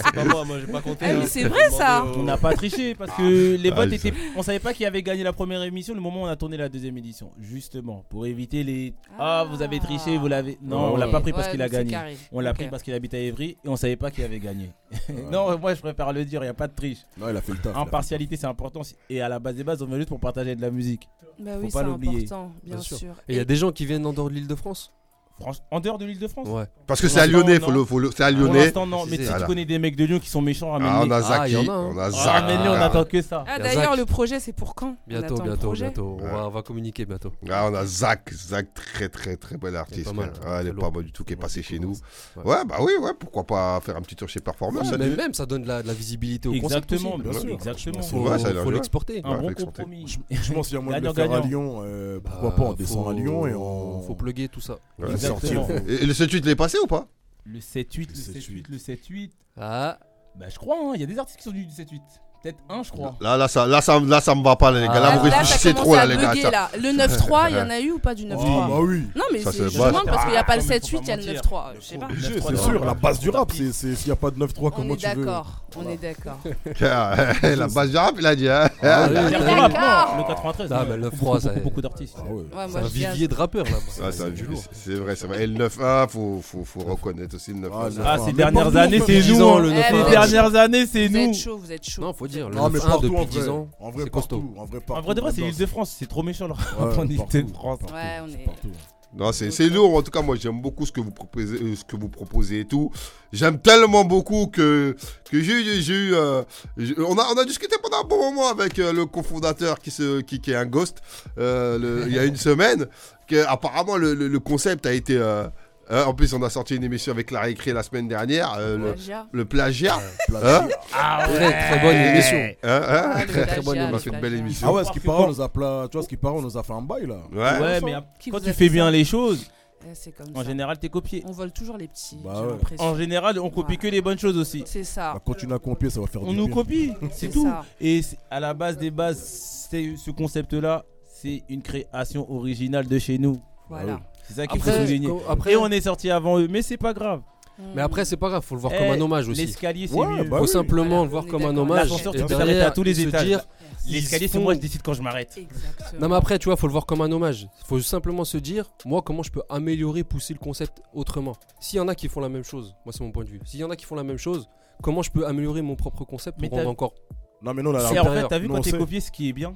c'est pas moi, moi j'ai pas compté. Ah, mais c'est vrai, ça. On n'a pas triché parce que les Ah, votes ils étaient. On savait pas qui avait gagné la première émission le moment où on a tourné la deuxième émission. Justement, pour éviter les. Ah, vous avez triché, vous l'avez. Non, on l'a pas pris parce Ouais, qu'il a donc c'est gagné. carré. On l'a Ok. pris parce qu'il habite à Evry et on savait pas qui avait gagné. Ouais. non, moi je préfère le dire, il n'y a pas de triche. Non, il a fait le taf. Impartialité c'est important si- et à la base des bases on vient juste pour partager de la musique. Bah Faut oui, pas c'est l'oublier. important, bien Bien sûr. sûr. Et il y a des gens qui viennent en dehors de l'île de France France- En dehors de l'île de France Ouais. Parce que Pour c'est à l'instant, Lyonnais, non. faut le, faut le- c'est à Pour Lyonnais. l'instant non, mais si Voilà. tu connais des mecs de Lyon qui sont méchants, Ah, on ramène-les. a Ah, il y en Zaki, a, hein. on a Ah, Zaki. Ramène-les, on n'attend que ça. Ah, Yazak. d'ailleurs, le projet, c'est pour quand On Bientôt, attend le bientôt, projet. bientôt. On Ouais. va, on va communiquer bientôt. Ah, on a Zach, Zach, très très très bel artiste. pas mal, hein. frère. Ah, elle est très pas lourd. mal du tout, qui est Ouais, passé c'est chez cool, hein. nous. ouais. Ouais, bah oui, ouais, pourquoi pas faire un petit tour chez Performance Ouais, ça, mais tu- même, ça donne de la, de la visibilité au concept. Exactement, bien bien sûr, sûr. exactement. Ouais, Faut, Ouais, ça a l'air faut joué. l'exporter. Un Ouais, bon avec santé. compromis. Je pense qu'il y a moyen de le faire Gagnant-gagnant. à Lyon. euh, pourquoi Bah, pas On descend faut- à Lyon et on. Faut plugger tout ça. Ouais, on sort. Exactement. Et, et le 7 il est passé ou pas Le 7-8, Le le 7-8, 7-8. le 7-8. Ah, Bah je crois, hein, il y a des artistes qui sont venus du 7-8. Peut-être un, je crois. Là, là, ça, là, ça, là, ça me va pas, là, les gars. Ah, Là, vous là, réfléchissez ça trop, là, commence les à gars. bugger, là. Le 9-3, il y en a eu ou pas du 9-3 Ah, bah oui. Non, mais Ça, c'est- c'est je vache. demande parce qu'il n'y a pas le Ah, mais faut 7-8, il y a le pas mentir. 9-3. Je sais pas. Obligé, C'est 9-3, sûr, la base du rap, tapis. c'est c'est- s'il n'y a pas de 9-3, On comment est tu veux d'accord, on est d'accord. la base du rap, il a dit. hein. Ah, oui. Le D'accord. Rap, non, le 93. Ah, non, bah, le beaucoup, froid, beaucoup, ça beaucoup, est- beaucoup d'artistes. Ah ouais. Ouais, c'est moi, un je gagne. vivier de rappeurs là. Ah, ça, c'est vrai, c'est vrai. Et le 9-1, faut, faut, faut reconnaître aussi le 9 Ah, le Ah, Enfin, ces mais dernières partout, années, on c'est fait nous. 10 ans, hein. le Eh, Ces mais neuf. dernières années, c'est Vous nous. êtes chaud, vous êtes chaud. Non, faut dire. Le Ah, mais 9-1 partout, en depuis vrai. 10 ans. En vrai, c'est partout, costaud. En vrai, En partout, vrai de vrai, c'est même l'île de France, c'est trop méchant leur dans- rap en Ouais, île partout, de France. partout, Ouais, on c'est est- partout. Non, c'est c'est lourd. En tout cas, moi, j'aime beaucoup ce que vous proposez, euh, ce que vous proposez et tout. J'aime tellement beaucoup que, que j'ai eu. j'ai eu, euh, j'ai- on, a, on a discuté pendant un bon moment avec euh, le cofondateur qui, se, qui, qui est un ghost euh, le- il y a une semaine. Que, apparemment, le, le- le concept a été. euh, hein, en plus, on a sorti une émission avec Larry Cré la semaine dernière. euh, le, Plagiat. le plagiat. Plagiat. Très très bonne émission. Hein, hein Ah, le très bonne plagiat, émission. le C'est une belle plagiat. émission. Ah ouais, ce qui parle, on nous a pla- tu vois, ce qui parle, on nous a fait un bail là. Ouais. Ouais, mais ap- Qui quand vous tu a fais fait bien ça les choses, Eh, C'est comme en ça. général, t'es copié. On vole toujours les petits, Bah j'ai ouais. En l'impression. général, on copie que les bonnes choses aussi. C'est Bah, ça. Continue à copier, ça va faire On du nous bien. copie, c'est C'est tout. ça. Et c'est- à la base des bases, c'est ce concept-là, c'est une création originale de chez nous. Voilà. C'est ça qu'il faut Après, souligner. quand- après, Et on est sorti avant eux, mais c'est pas grave. Mmh. mais après, c'est pas grave, faut le voir comme Eh, un hommage aussi. L'escalier, c'est Ouais, mieux. bah Faut oui. Voilà, simplement le on voir est comme un d'accord. hommage. L'ascenseur, tu Et peux t'arrêter derrière, à tous les se étages. dire, L'escalier, c'est font- moi, je décide quand je m'arrête. Exactement. Non mais après tu vois faut le voir comme un hommage. Faut simplement se dire moi comment je peux améliorer, pousser le concept autrement. S'il y en a qui font la même chose, moi c'est mon point de vue. S'il y en a qui font la même chose, comment je peux améliorer mon propre concept Mais pour t'as- rendre encore Non, mais non, là, Et C'est là, en fait, intérieur. t'as vu Nous, quand on t'es sait. copié, ce qui est bien,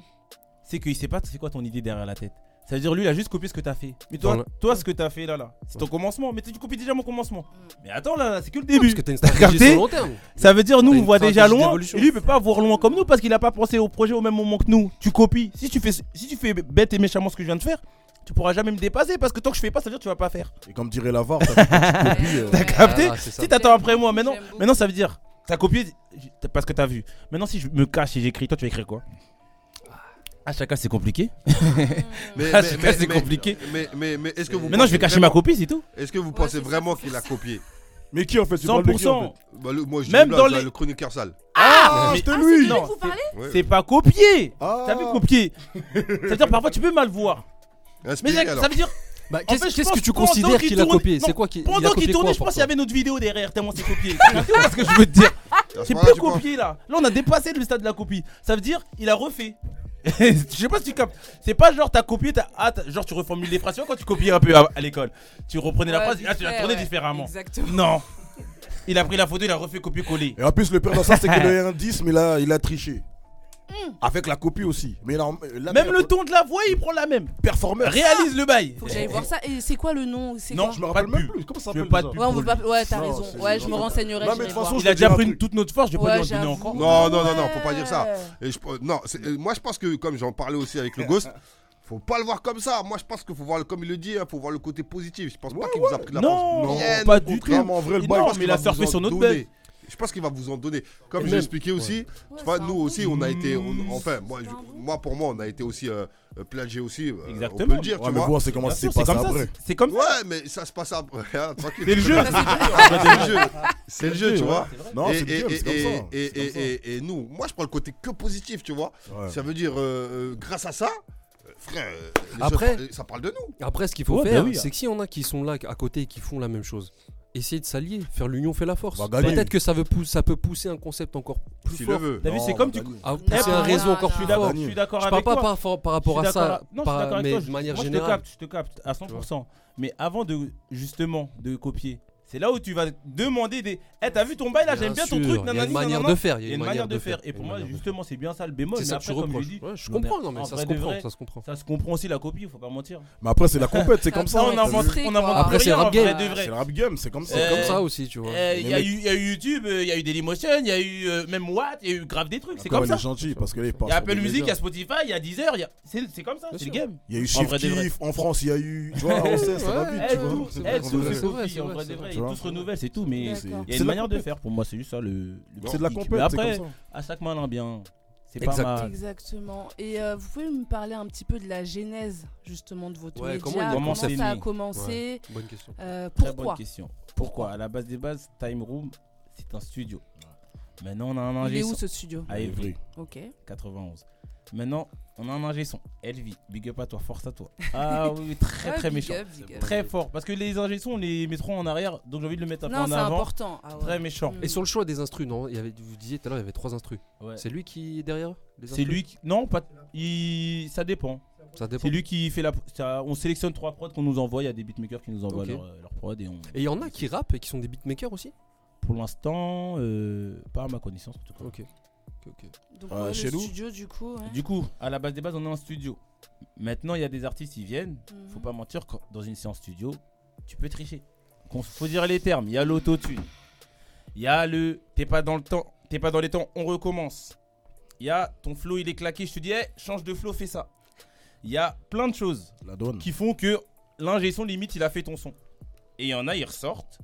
c'est qu'il sait pas c'est quoi ton idée derrière la tête. Ça veut dire lui, il a juste copié ce que t'as fait. Mais toi, Dans la- toi ce que t'as fait là, là, c'est ton commencement. Mais tu copies déjà mon commencement. Mm. Mais attends là, là, c'est que le parce début. que t'as une stratégie Regardez. sur le long terme. Ça veut dire nous, T'as on une voit déjà stratégie loin. d'évolution. Et lui, il peut pas voir loin comme nous parce qu'il a pas pensé au projet au même moment que nous. Tu copies. Si tu fais, si tu fais bête et méchamment ce que je viens de faire, tu pourras jamais me dépasser parce que tant que je fais pas, ça veut dire que tu vas pas faire. Et comme dirait Lavar, t'as vu, quand tu copies, euh, Capté Voilà, Ah, c'est ça. Si t'attends après moi, maintenant, J'aime beaucoup. maintenant ça veut dire T'as copié t'as- parce que t'as vu. Maintenant, si je me cache et j'écris, toi, tu vas écrire quoi Ah. À chacun, c'est compliqué. à chacun, c'est compliqué. Mais, mais, mais est-ce que vous. Maintenant, je vais pensez cacher ma vraiment- copie, c'est tout. Est-ce que vous pensez vraiment qu'il a copié Mais qui en fait tu parles de qui, en 100%. Bah, le- Moi, je Même dis dans là, les- le chroniqueur sale. Ah, fait mais- C'était lui Non, vous c'est- parlez Ouais, c'est ouais. pas copié. Ah. T'as vu copier C'est-à-dire, parfois, tu peux mal voir. Mais Inspirez, ça alors. ça veut dire, Bah, qu'est-ce- qu'est-ce qu'est-ce que tu considères qu'il a copié C'est quoi qui pendant qu'il tournait, je pense qu'il y avait notre vidéo derrière, tellement c'est copié. Tu vois ce que je veux te dire À ce C'est moment-là, plus tu crois copié là. Là, on a dépassé le stade de la copie. Ça veut dire, il a refait. je sais pas si tu captes. C'est pas genre t'as copié, t'as ah, t'as- genre tu reformules les phrases. Tu vois, Quand tu copiais un peu à, à l'école, tu reprenais la Ouais, phrase, vite là tu la fait, tournais ouais. différemment. Exactement. Non. Il a pris la photo, il a refait copier-coller. Et en plus, le pire dans ça, c'est qu'il a un 10, mais là, il a triché. Avec la copie aussi. Mais là, là, Même mais- le ton de la voix, il prend la même. performeur. Réalise le bail. Faut que j'aille voir ça. Et c'est quoi le nom c'est Non, quoi Je me rappelle Pas de même pub. plus. Comment ça Je veux s'appelle pas de déjà pub. Ouais, on veut pas. Ouais, t'as Non, raison. c'est- Ouais, je non, me c'est- renseignerai. Non, je mais de vais toute façon, voir. je Il a te déjà dirai un pris une- truc. toute notre force, je vais Ouais, pas lui en donner j'avoue. encore. Non, non, non, non, faut pas dire ça. Ouais. Et je, non, c'est- euh, moi je pense que, comme j'en parlais aussi avec le ghost, faut pas le voir comme ça. Moi je pense qu'il faut voir, le- comme il le dit, il faut voir le côté positif. Je pense pas qu'il vous a pris de la Non, force. non, Bien pas au du contraire. tout. mais en vrai, le Et bail, non, parce mais qu'il il a va surfé vous en sur notre donner. bête. Je pense qu'il va vous en donner. Comme Et j'ai même- expliqué aussi, Ouais, tu vois, c'est un nous bon aussi, on a été. on- Mmh. enfin, moi, je- C'est un bon. moi pour moi, on a été aussi euh, euh, plagié aussi. euh, On peut Exactement. le dire, Ouais, tu mais vois. bon, c'est comment Bien ça s'est sûr, C'est passé comme ça. après. c'est- C'est comme ça. Ouais, mais ça se passe après. hein, tranquille. C'est le jeu. C'est le jeu. C'est le jeu, tu vois. Non, et, c'est et- bien, c'est et- comme ça. et- C'est comme et- et- et nous, moi je prends le côté que positif, tu vois. ça. Ouais. Ça veut dire, euh, euh, grâce à ça, euh, frère, euh, les Après- choses- ça parle de nous. Après, ce qu'il faut Ouais, bah faire, oui. c'est que s'il y en a qui sont là à côté et qui font la même chose, essayez de s'allier, faire l'union fait la force. On va gagner. Peut-être que ça, veut pou- ça peut pousser un concept encore plus Bah, S'il le fort. veut. T'as vu, Non, c'est on comme va tu. gagner. à Ah, pousser un non, réseau encore non. plus Je suis fort. d'accord- fort. Je suis d'accord Je avec parle pas toi. par, rapport- par rapport Je à suis ça, d'accord- non, je suis par- d'accord avec mais toi. de manière Moi, Je te générale. capte, je te capte à 100%. Mais avant de justement de copier, c'est là où tu vas demander des. Eh, t'as vu ton bail là, j'aime bien ton sûr, truc. Il y a nanani, une manière nanana. de faire. Il y a une manière de faire. Et il y a pour une moi, manière de justement, c'est bien ça le bémol. faire. c'est Mais ça que après, je comme reproche. je dis, Ouais, je non, mais comprends, non mais en ça vrai se de comprend, vrai, ça se comprend. ça se comprend aussi la copie, faut pas mentir. Mais après, c'est la compète, c'est comme ça. Ça, on a t'as invente, vu existé, on quoi. invente Après, rien, c'est rap en vrai game. de vrai. C'est le rap game, c'est comme ça. C'est Euh, comme ça aussi, tu vois. Euh, Il y, a Mais- eu il y a eu YouTube, euh, il y a eu Dailymotion, il y a eu euh, même Watt, il y a eu grave des trucs, c'est Encore, comme il ça. est gentil parce que là, il Il part y a sur Apple des Music, il y a médias. Spotify, il y a Deezer, il y a- c'est c'est comme ça, Bien c'est le sûr. game. Il y a eu En vrai, des Chief vrais. Keef, en France, il y a eu. Tu vois, on sait, ça va Ouais, vite, Eh, tu tout, vois. c'est C'est vrai, eh, comme c'est tout, ça. vrai, c'est c'est vrai, Sophie, c'est en vrai, vrai c'est de vrai, vrai. ils tous renouvellent, c'est tout, mais C'est- D'accord. il y a une c'est la manière de compète. faire pour moi, c'est juste ça le le C'est de la petit kick. compète, Mais c'est après, comme ça. à chaque mal un bien, c'est pas Exact. mal. Exactement. Et euh, vous pouvez me parler un petit peu de la genèse justement de votre Ouais, média, comment il est comment commencé ça a né commencé, Bonne question. euh, Très bonne pourquoi question. Pourquoi À la base des bases, Time Room, c'est un studio. Maintenant, on a un Il ingé est où son ce studio à Evry, Ok. 91. Maintenant, on a un ingé son, Elvi. Big up à toi, force à toi. Ah oui, très Ouais, très big méchant. up, big up. Très fort. Parce que les ingé sons, on les met trop en arrière, donc j'ai envie de le mettre un peu Non, en c'est avant. important. Ah ouais. Très méchant. Mm. Et sur le choix des instrus, non il y avait, Vous disiez tout à l'heure, il y avait trois instrus. Ouais. C'est lui qui est derrière eux, les C'est instrus lui qui. Non, pas. il- Ça dépend. Ça dépend. C'est lui qui fait la. ça- On sélectionne trois prods qu'on nous envoie. Il y a des beatmakers qui nous envoient Ok. leurs leur, prods. Et on... Et il y en a qui rappent et qui sont des beatmakers aussi Pour l'instant, euh, pas à ma connaissance en tout cas. Ok. Ok, ok. Donc, Euh, ouais, chez le nous studio du coup. ouais. Du coup, à la base des bases, on est en studio. Maintenant, il y a des artistes qui viennent. Mhm. Faut pas mentir, quand- dans une séance studio, tu peux tricher. Qu'on faut dire les termes. Il y a l'autotune. Il y a le. T'es pas dans le temps. T'es pas dans les temps. On recommence. Il y a ton flow, il est claqué. Je te dis, hey, change de flow, fais ça. Il y a plein de choses. La donne. qui font que l'ingé son limite il a fait ton son. Et il y en a, ils ressortent,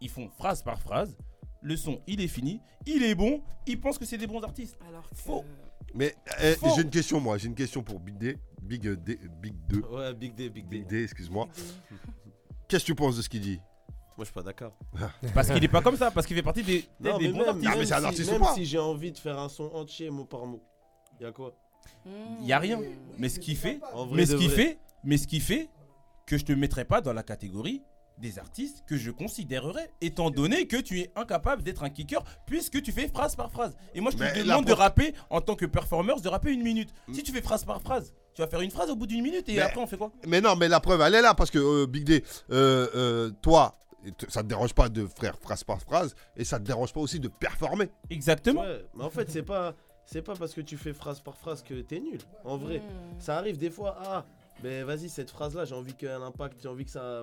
ils font phrase par phrase, le son il est fini, il est bon, ils pensent que c'est des bons artistes. Alors que- Faux. Mais eh, Faux. j'ai une question, moi. J'ai une question pour Big D. Big euh, D. Big 2. Ouais, Big D, Big D. Big D, excuse-moi. Qu'est-ce que tu penses de ce qu'il dit Moi, je suis pas d'accord. Parce qu'il est pas comme ça, parce qu'il fait partie des, Non, des mais bons même, Ah, mais artistes. c'est un si- artiste ou même pas si j'ai envie de faire un son entier, mot par mot, y a quoi Mm. Y a rien. Mais ce qu'il fait, En vrai mais de ce qu'il vrai. fait, mais ce qui fait que je te mettrai pas dans la catégorie des artistes que je considérerais, étant donné que tu es incapable d'être un kicker puisque tu fais phrase par phrase. Et moi je te Mais la demande de prof- rapper en tant que performer, de rapper une minute. Si tu fais phrase par phrase, tu vas faire une phrase au bout d'une minute et Mais- après on fait quoi Mais non, mais la preuve, elle est là parce que euh, Big D, euh, euh, toi, t- ça te dérange pas de faire phrase par phrase et ça te dérange pas aussi de performer. Exactement. Ouais, mais en fait, c'est pas, c'est pas parce que tu fais phrase par phrase que t'es nul. En vrai, Mm. ça arrive des fois. Ah, mais vas-y, cette phrase-là, j'ai envie qu'elle ait un impact, j'ai envie que ça.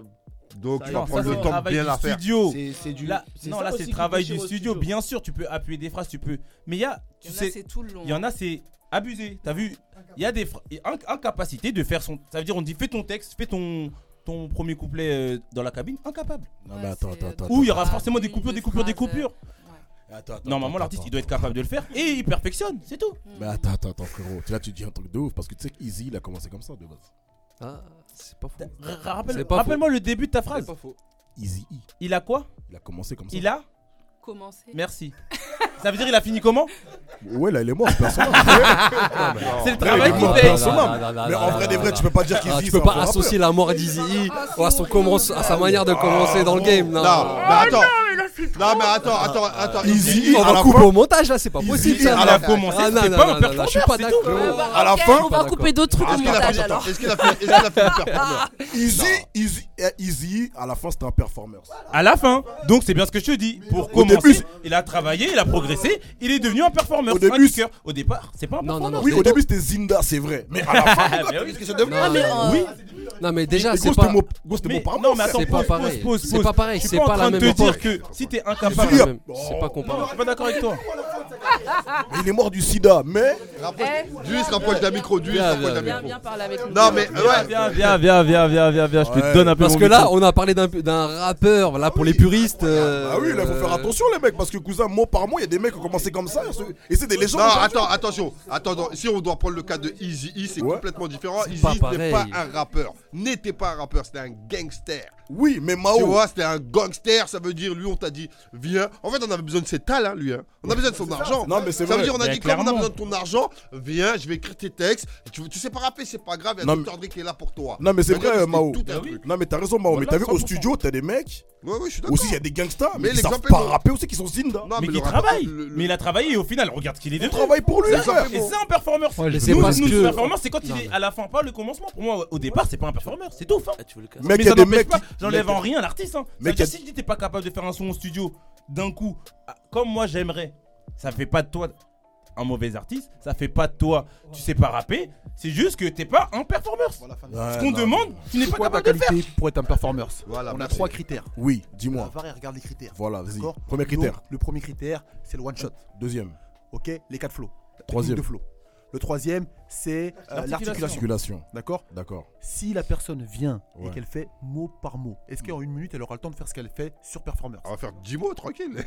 Donc Ça tu y est, vas ça, prendre c'est le le temps de travail bien du la faire. studio. C'est c'est du. Oh. Là, c'est non, ça là aussi c'est le qui travail déchire du au studio. studio. Bien sûr, tu peux appuyer des phrases, tu peux. Mais il y a, tu Il y en a, sais, c'est tout le long. il y en a c'est abusé. T'as vu, il y a des phra- et inc- incapacité de faire son. Ça veut dire on dit fais ton texte, fais ton ton premier couplet euh, dans la cabine, incapable. Non, Ouais, mais attends, c'est- attends, attends. Ou il y aura Ah, forcément des une, coupures, des deux coupures, des phrases, euh, coupures. ouais. Attends, attends, Normalement, attends, l'artiste, attends. il doit être capable de le faire et il perfectionne, c'est tout. Mm. Mais attends, attends, attends, frérot. Tu- Là, tu dis un truc de ouf parce que tu sais qu'Easy, il a commencé comme ça de base. Ah, c'est pas faux. R- rappelle- C'est pas Rappelle-moi le début de ta C'est phrase. pas faux. Easy E. Il a quoi Il a commencé comme ça. Il a Commencer. Merci. Ça veut dire il a fini comment Oh, Ouais, là, il est mort, ce personnage. C'est le mais travail non, qu'il non, fait. non, Mais en vrai, des vrais, tu peux pas dire Ah, qu'Easy, tu c'est peux un pas vrai rappeur. associer la mort d'Izzy E à, son commence- à sa manière de commencer dans le game. Ah, Non, Oh Non, mais attends. Non, mais attends, attends, attends. Easy, on à va la couper fin- au montage là, c'est pas possible. ça. à la commencer, Ah, non, c'était non, pas non, un non, non, Je suis performance, pas c'est d'accord. tout. Ouais, bah, à la ok, fin, on pas va d'accord. couper Ah, d'autres trucs au Est-ce qu'il a montage fait, alors. attends, est-ce qu'il a fait, est-ce qu'il a fait une performance Easy, Easy, eh, Easy, à la fin, c'était un performer. À la fin. Donc c'est bien ce que je te dis. Pour commencer, il a travaillé, il a progressé, il est devenu un performeur. Au un début, kicker. au départ, c'est pas un Non, non, non. Oui, c'est- au début, c'était Zinda, c'est vrai. Mais à la fin, Ah, mais oui. Non, mais- Oui. Non, mais déjà, gros, c'est c'était pas. mon- gros, c'était mon Mais, parent. non, mais attends, c'est pas pause, pareil. pause, pause, C'est pause. pas pareil, Je suis c'est pas en pas la train de même te dire époque. que si t'es C'est pas incapable. la Julia. même- C'est pas Non, je comparable. suis pas d'accord avec toi. Il est mort du sida, mais. Dieu, il se rapproche d'un micro, Dieu, il se Viens, rapproche viens, d'un Viens, micro. viens parler avec nous. Non, mais ouais. Viens, viens, viens, viens, viens, viens, viens, je te Ouais. donne un peu Parce mon que là, micro. on a parlé d'un- d'un rappeur. Là, pour les puristes. euh, Ah oui, là, faut faire attention, les mecs, parce que cousin, mot par mot, il y a des mecs qui ont commencé comme ça. Et c'est des légendes. Non, attends, attention. Attends, non, si on doit prendre le cas de Easy E, c'est Ouais. complètement différent. C'est Easy pas n'était pas pareil. un rappeur. N'était pas un rappeur, c'était un gangster. Oui, mais Tu Mao. vois, c'était un gangster, ça veut dire lui, on t'a dit, viens. En fait, on avait besoin de ses talents, lui. hein. On a besoin de son argent. Non, mais c'est Ça veut vrai. dire, on a Mais dit, comme on a clairement. besoin de ton argent, viens, je vais écrire tes textes. Tu, tu sais pas rapper, c'est pas grave, il y a Non, Dr. mais- Dre qui est là pour toi. Non, mais Ça c'est veut dire vrai, que euh, c'était Mao. tout un truc. Non, mais t'as raison, Mao. Mais Voilà, t'as vu, au 100%. studio, t'as des mecs. Ouais, ouais, je suis d'accord. Aussi, il y a des gangsters, mais, Mais ils les savent exemples, pas non. rapper aussi qu'ils sont Zinda. Non, Mais le qui rappeur, travaille. le- le- Mais il a travaillé et au final, regarde qu'il est On devenu. travaille pour lui, Les frère. exemples, Et c'est un performeur. Ouais, Mais je- c'est Nous, parce nous, que- le performeur, c'est quand il Non, est mais- à la fin, pas le commencement. Pour moi, au départ, c'est pas un performeur, c'est tout. Hein. Ah, tu veux le casser. Mec, il mais y ça a des n'empêche mecs. pas, j'enlève en rien l'artiste. Hein. Mec, C'est-à-dire, y a- si tu n'es pas capable de faire un son au studio d'un coup, ah, comme moi j'aimerais, ça fait pas de toi un mauvais artiste, ça fait pas de toi, tu sais pas rapper, c'est juste que t'es pas un performeur. Voilà, fin de- Ouais, Ce qu'on non. demande, tu n'es C'est pas quoi ta capable de le faire. qualité pour être un performer Voilà, On a merci. trois critères. Oui, La dis-moi. VAR, elle regarde les critères. Voilà, vas-y. D'accord Premier critère. Donc, le premier critère, c'est le one shot. Deuxième. Ok Les quatre flots. Troisième. Technique De flow. Le troisième, c'est euh, L'articulation. l'articulation. Circulation. D'accord D'accord. Si la personne vient Ouais. et qu'elle fait mot par mot, est-ce qu'en une minute, elle aura le temps de faire ce qu'elle fait sur performer On va faire 10 mots, tranquille.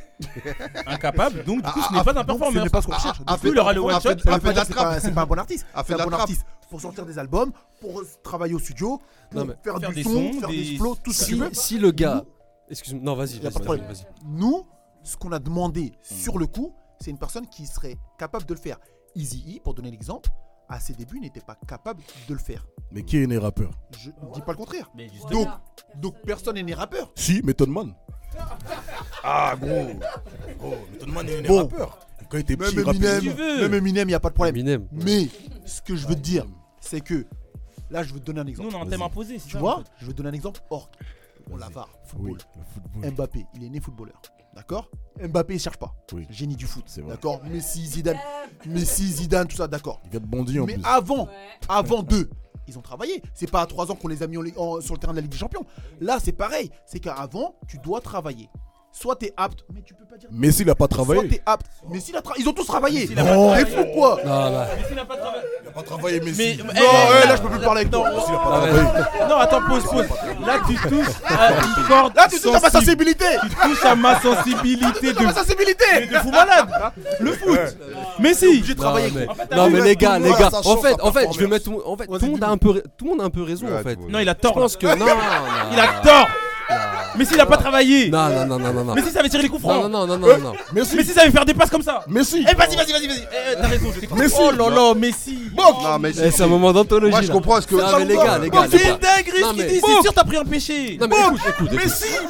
Incapable, donc du coup, ce Ah, n'est pas un Donc, Ce performeur. n'est pas ce qu'on recherche. ah, Donc, Du coup, il aura le one ah, shot. fait- ça ah, veut pas de la dire que c'est trappe. pas- C'est pas un bon artiste. Ah, fait C'est de un la bon trappe. artiste pour sortir des albums, pour euh, travailler au studio, pour Non, mais faire, faire du des son, sons, faire des- des flows, tout ce que tu Si, veux. si le gars. Excuse-moi. Non, vas-y. Y vas-y, a pas de vas-y, problème. vas-y. Nous, ce qu'on a demandé sur le coup, c'est une personne qui serait capable de le faire. Easy E, pour donner l'exemple, à ses débuts, n'était pas capable de le faire. Mais qui est né rappeur Je ne dis pas le contraire. Mais justement, Donc, donc personne n'est né rappeur. Si, Method Man. Ah, gros. Method Man est né Bon. rappeur. Quand il était Même petit, il rappait- Eminem. tu veux. Même Eminem, il n'y a pas de problème. Eminem. Mais ce que je veux te dire, c'est que là, je veux te donner un exemple. nous, on a un Vas-y. thème imposé. c'est tu ça, en vois, fait. je veux te donner un exemple. Or, on Vas-y. la va, Oui, football. le football. Mbappé, il est né footballeur. D'accord Mbappé, il cherche pas. Oui. Génie du foot. C'est vrai. D'accord Messi, Zidane. Messi, Zidane, tout ça, d'accord. Il vient de bondir en Mais ah. plus. avant, avant d'eux, ils ont travaillé. C'est pas à 3 ans qu'on les a mis en- en- sur le terrain de la Ligue des Champions. Là, c'est pareil. C'est qu'avant, tu dois travailler. Soit t'es apte, mais tu peux pas dire. Messi, il a pas Soit travaillé. t'es apte. Mais si la tra- ils ont tous travaillé. il a pas T'es travaillé. fou ou quoi Eh, Non, non. Mais s'il n'a pas travaillé- Il a pas travaillé, Mais- Non, eh, eh, eh, là, je peux plus parler avec non, toi. Messi, il a pas Ah, travaillé. ouais. Non, attends, pause, pause. Là, tu touches à une corde Là, tu touches à ma sensible. sensibilité. Tu touches à ma sensibilité Tu touches à ma de sensibilité. de fou malade. Le foot. Mais si. J'ai Non, travaillé. mais, gros. non, mais vu, les là, gars, tout le les monde gars, a sa en chance fait, à en fait, performer. je vais mettre tout- en fait, tout Vas-y, le monde a un peu, tout le monde a un peu raison Ouais, en fait. tout le Non, il a Je tort. là. pense que non, non, Il a tort. Mais s'il a pas travaillé. non, non, non, non, non, non, Mais si ça avait tirer les coups non, francs. non, non, non, non. Messi. Mais si ça avait faire des passes comme ça. Messi. Eh, vas-y, vas-y, vas-y, vas-y. Eh, t'as raison, je t'ai compris. Messi. Oh là là, Messi. Non, mais Eh, C'est un moment d'anthologie. Moi, je là. comprends ce que. Non, mais les gars, les gars, les C'est gars. dingue, ce Non, qu'il mais- dit. C'est sûr, t'as pris un péché. Non, mais écoute, écoute, écoute.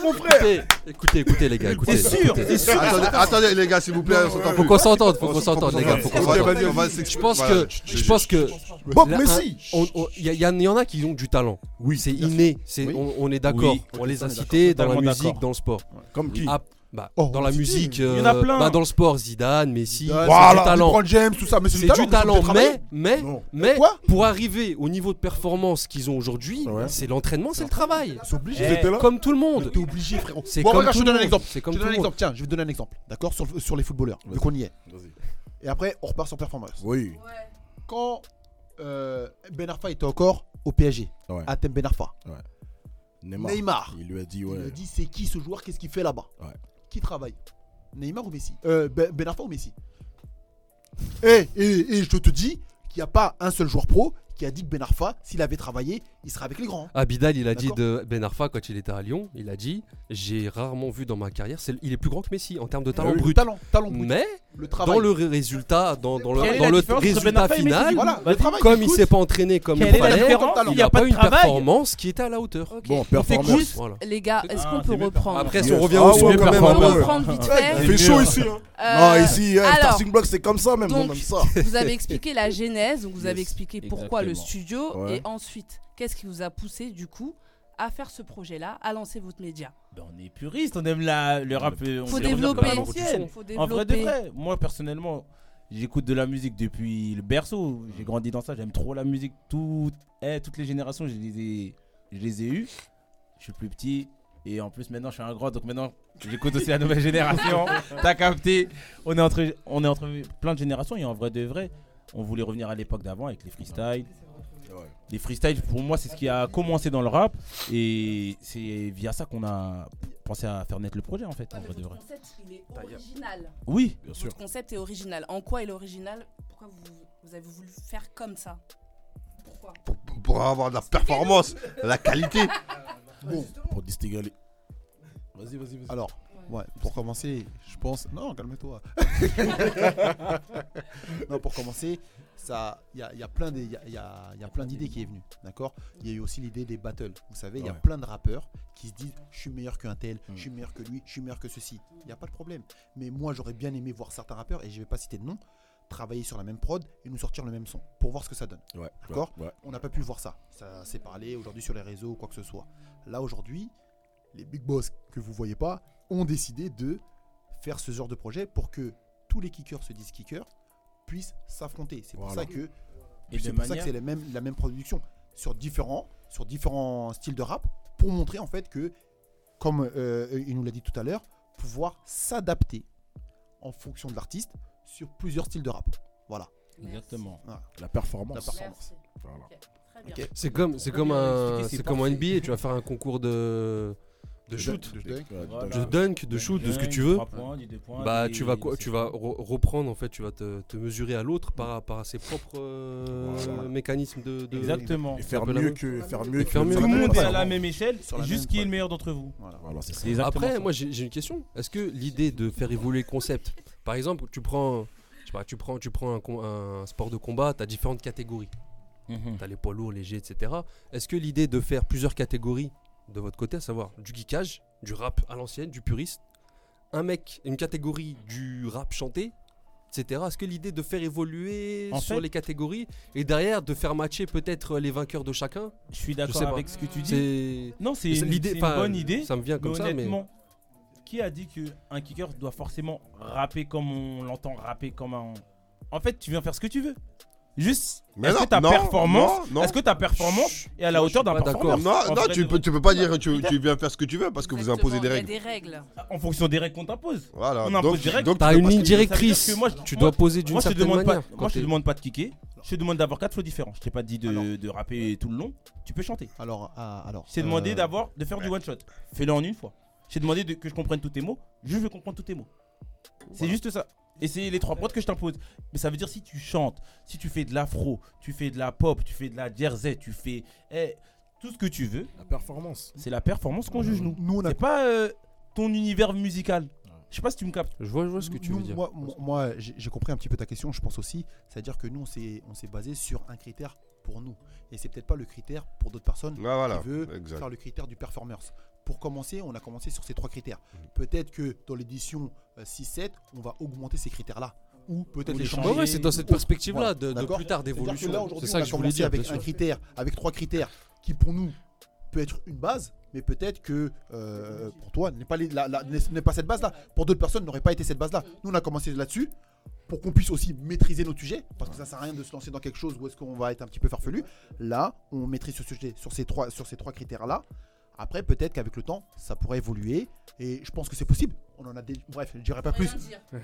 mon Écoutez, écoutez, écoutez, les gars, écoutez. C'est sûr, c'est écoutez. sûr. Attendez, attendez, les gars, s'il vous plaît, on s'entend Faut plus. qu'on s'entende, Oh, faut qu'on s'entende, les gars, s'entende. faut qu'on Ok, s'entende. vas-y, Je pense que, je pense que, Bob là, Messi. un- on- on- y, a- y a- y en a qui ont du talent. Oui, c'est inné. C'est, Oui. on, on est d'accord. Oui. On les a On est d'accord, cités dans la totalement musique, d'accord. dans le sport. Comme qui Ah, bah, Oh, dans la Zidane. musique, Il y en a euh, plein. bah, dans le sport, Zidane, Messi, Zidane, c'est du talent. LeBron James, tout ça, mais C'est du talent, mais, mais, Non. mais Quoi pour arriver au niveau de performance qu'ils ont aujourd'hui, Ouais. c'est l'entraînement, c'est le travail. C'est obligé. Eh, Ils étaient là Comme tout le monde. T'es obligé, frérot. C'est bon, comme regarde, je tout te donne le un monde. exemple. C'est Je comme te tout donne un le monde. exemple. Tiens, je vais te donner un exemple. D'accord sur, sur les footballeurs, vu qu'on y est. Vas-y. Et après, on repart sur performance. Oui. Quand euh, Ben Arfa était encore au PSG, Ouais. à thème Ben Arfa, Neymar. Neymar. Il lui a dit, il ouais. a dit c'est qui ce joueur, qu'est-ce qu'il fait là-bas Ouais. Qui travaille Neymar ou Messi euh, ben, Ben Arfa ou Messi et, et, et je te dis qu'il n'y a pas un seul joueur pro qui a dit que Ben Arfa, s'il avait travaillé, il serait avec les grands. hein. Abidal, Ah, il a dit D'accord. de Ben Arfa quand il était à Lyon, il a dit J'ai rarement vu dans ma carrière, c'est- il est plus grand que Messi en termes de talent Euh, le brut. Talent, talent brut. Ah, bah, Mais Le dans travail. le ré- résultat, dans, dans Quelle le, est dans la différence le entre Ben résultat Arfa et Messi, final, du coup Voilà, le travail. comme qui il coûte, s'est pas entraîné comme Quelle il est la fallait, différence il Il n'y y a, a pas pas de une travail. performance qui était à la hauteur. Ok. Bon, performance. Voilà. Les gars, est-ce Ah, qu'on c'est peut mieux reprendre Après, si Yes. on revient Ah au ouais, son on quand peut même hein. pas un On mal. peu. reprend vite fait. Hein. Il fait chaud ici. hein. Non, Euh, ici, euh, alors- Starting Block, c'est comme ça même, on Donc- aime ça. Vous avez expliqué la genèse, donc vous avez Yes, expliqué pourquoi le exactement. studio Ouais. et ensuite qu'est-ce qui vous a poussé du coup à faire ce projet-là, à lancer votre média. Ben, on est puriste, on aime la, le rap. euh, on Faut sait revenir développer. à l'ancienne. Faut En vrai de développer. vrai, moi personnellement, j'écoute de la musique depuis le berceau. J'ai grandi dans ça, j'aime trop la musique. Tout, eh, toutes les générations, je les ai, je les ai eues. Je suis plus petit. Et en plus, maintenant, je suis un grand, donc maintenant, j'écoute aussi la nouvelle génération. T'as capté on est, entre, on est entre plein de générations, et en vrai de vrai, on voulait revenir à l'époque d'avant avec les freestyles. Les freestyles, pour moi, c'est ce qui a commencé dans le rap, et c'est via ça qu'on a pensé à faire naître le projet, en fait, en vrai de vrai. concept, il est original. Oui, Bien sûr. Votre concept est original. En quoi il est original Pourquoi vous, vous avez voulu faire comme ça Pourquoi Pour, pour avoir de la performance, la qualité. Pour distinguer les. Vas-y, vas-y, vas-y. Alors, ouais, pour commencer, je pense. Non, calme-toi. non, pour commencer, ça, il y a, il y a plein des- il y a- il y a- il y a plein d'idées qui est venue, d'accord. Il y a eu aussi l'idée des battles. Vous savez, il y a Ouais. plein de rappeurs qui se disent, je suis meilleur qu'un tel, Mm. je suis meilleur que lui, je suis meilleur que ceci. Il n'y a pas de problème. Mais moi, j'aurais bien aimé voir certains rappeurs et je vais pas citer de nom travailler sur la même prod et nous sortir le même son pour voir ce que ça donne. Ouais, ouais, D'accord ouais. On n'a pas pu voir ça. Ça s'est parlé aujourd'hui sur les réseaux ou quoi que ce soit. Là aujourd'hui, les big boss que vous voyez pas ont décidé de faire ce genre de projet pour que tous les kickers se disent kickers puissent s'affronter. C'est pour Voilà. ça que Et c'est de pour ça que manière. c'est la même, la même production sur différents, sur différents styles de rap pour montrer en fait que, comme euh, il nous l'a dit tout à l'heure, pouvoir s'adapter en fonction de l'artiste sur plusieurs styles de rap. Voilà. Exactement. La performance. La Merci. Voilà. Ok, Très bien. Ok. C'est comme, c'est comme un, c'est comme un NBA, tu vas faire un concours de, de shoot, Je- je- Ouais, Voilà. de dunk, de shoot, de ce que tu veux. Bah, tu vas quoi- tu vas re- reprendre en fait, tu vas te, te mesurer à l'autre par, par ses propres euh, Voilà. mécanismes de, de- Exactement. Et faire Un peu la mieux même- que. Faire mieux que. Faire mieux. Tout le monde est à la Voilà, même échelle, Sur la juste même qui est page. le meilleur d'entre vous. Voilà. Voilà, Ah, c'est ça. C'est exactement Après, ça. moi j'ai j'ai une question. Est-ce que l'idée de faire évoluer le concept, par exemple, tu prends, je sais pas, tu prends, tu prends un, com- un sport de combat, tu as différentes catégories. Mhm. Tu as les poids lourds, légers, etc. Est-ce que l'idée de faire plusieurs catégories de votre côté, à savoir du geekage, du rap à l'ancienne, du puriste, un mec, une catégorie du rap chanté, etc. Est-ce que l'idée de faire évoluer En sur fait- les catégories et derrière de faire matcher peut-être les vainqueurs de chacun Je suis je d'accord sais pas. avec ce que tu dis. C'est Non, c'est c'est une, c'est une enfin, bonne idée. Ça me vient mais comme ça, mais honnêtement, qui a dit que un kicker doit forcément rapper comme on l'entend rapper comme un. En fait, tu viens faire ce que tu veux. Juste, Mais est-ce non, que ta non, performance, non, non. est-ce que ta performance est à la moi, je hauteur suis d'un pas d'accord. performeur Non, En non, vrai tu de peux, vrai. tu peux pas dire tu, tu viens faire ce que tu veux parce que vous imposez des règles. Exactement, Il y a des règles. En fonction des règles qu'on t'impose. Voilà. On impose Donc, direct. donc tu T'as peux une pas- ça ligne veut dire directrice. que moi, tu moi- dois poser d'une Moi, je te certaine demande manière. pas. Moi, je te Quand demande pas de kicker. Je te demande d'avoir quatre flots différents. Je t'ai pas dit Ah Alors. de, de rapper tout le long. Tu peux chanter. Alors, ah, alors. Je t'ai demandé euh, d'avoir de faire du one shot. Fais-le en une fois. Je t'ai demandé de- que je comprenne tous tes mots. Je veux comprendre tous tes mots. C'est juste ça. Et c'est les trois prods que je t'impose. Mais ça veut dire si tu chantes, si tu fais de l'afro, tu fais de la pop, tu fais de la jersey, tu fais eh, tout ce que tu veux, La performance. c'est la performance Ah qu'on juge nous. Nous, on a C'est pas euh, ton univers musical. Je sais pas si tu me captes. Je vois, je vois ce que tu Nous, veux dire. Moi, moi- moi, j'ai j'ai compris un petit peu ta question, je pense aussi. C'est-à-dire que nous, on s'est on s'est basé sur un critère pour nous. Et c'est peut-être pas le critère pour d'autres personnes Ouais, voilà. qui veut Exact. faire le critère du performance. Pour commencer, on a commencé sur ces trois critères. Mhm. Peut-être que dans l'édition euh, 6-7, on va augmenter ces critères-là. Ou peut-être Ou les les changer. changer. Ouais, ouais, c'est dans cette Ou- perspective-là, voilà, de, de d'accord plus tard C'est-à-dire que là, d'évolution. aujourd'hui, C'est ça on que a je voulais commencé dire. Avec bien un sûr. critère, avec trois critères qui pour nous peut être une base, mais peut-être que euh, pour toi n'est pas, les- la- la- n'est- n'est pas cette base-là. Pour d'autres personnes n'aurait pas été cette base-là. Nous on a commencé là-dessus pour qu'on puisse aussi maîtriser nos sujets, parce que ça sert à rien de se lancer dans quelque chose où est-ce qu'on va être un petit peu farfelu. Là, on maîtrise ce sujet sur ces trois, sur ces trois critères-là. Après, peut-être qu'avec le temps, ça pourrait évoluer, et je pense que c'est possible. On en a des... bref, je dirais pas plus,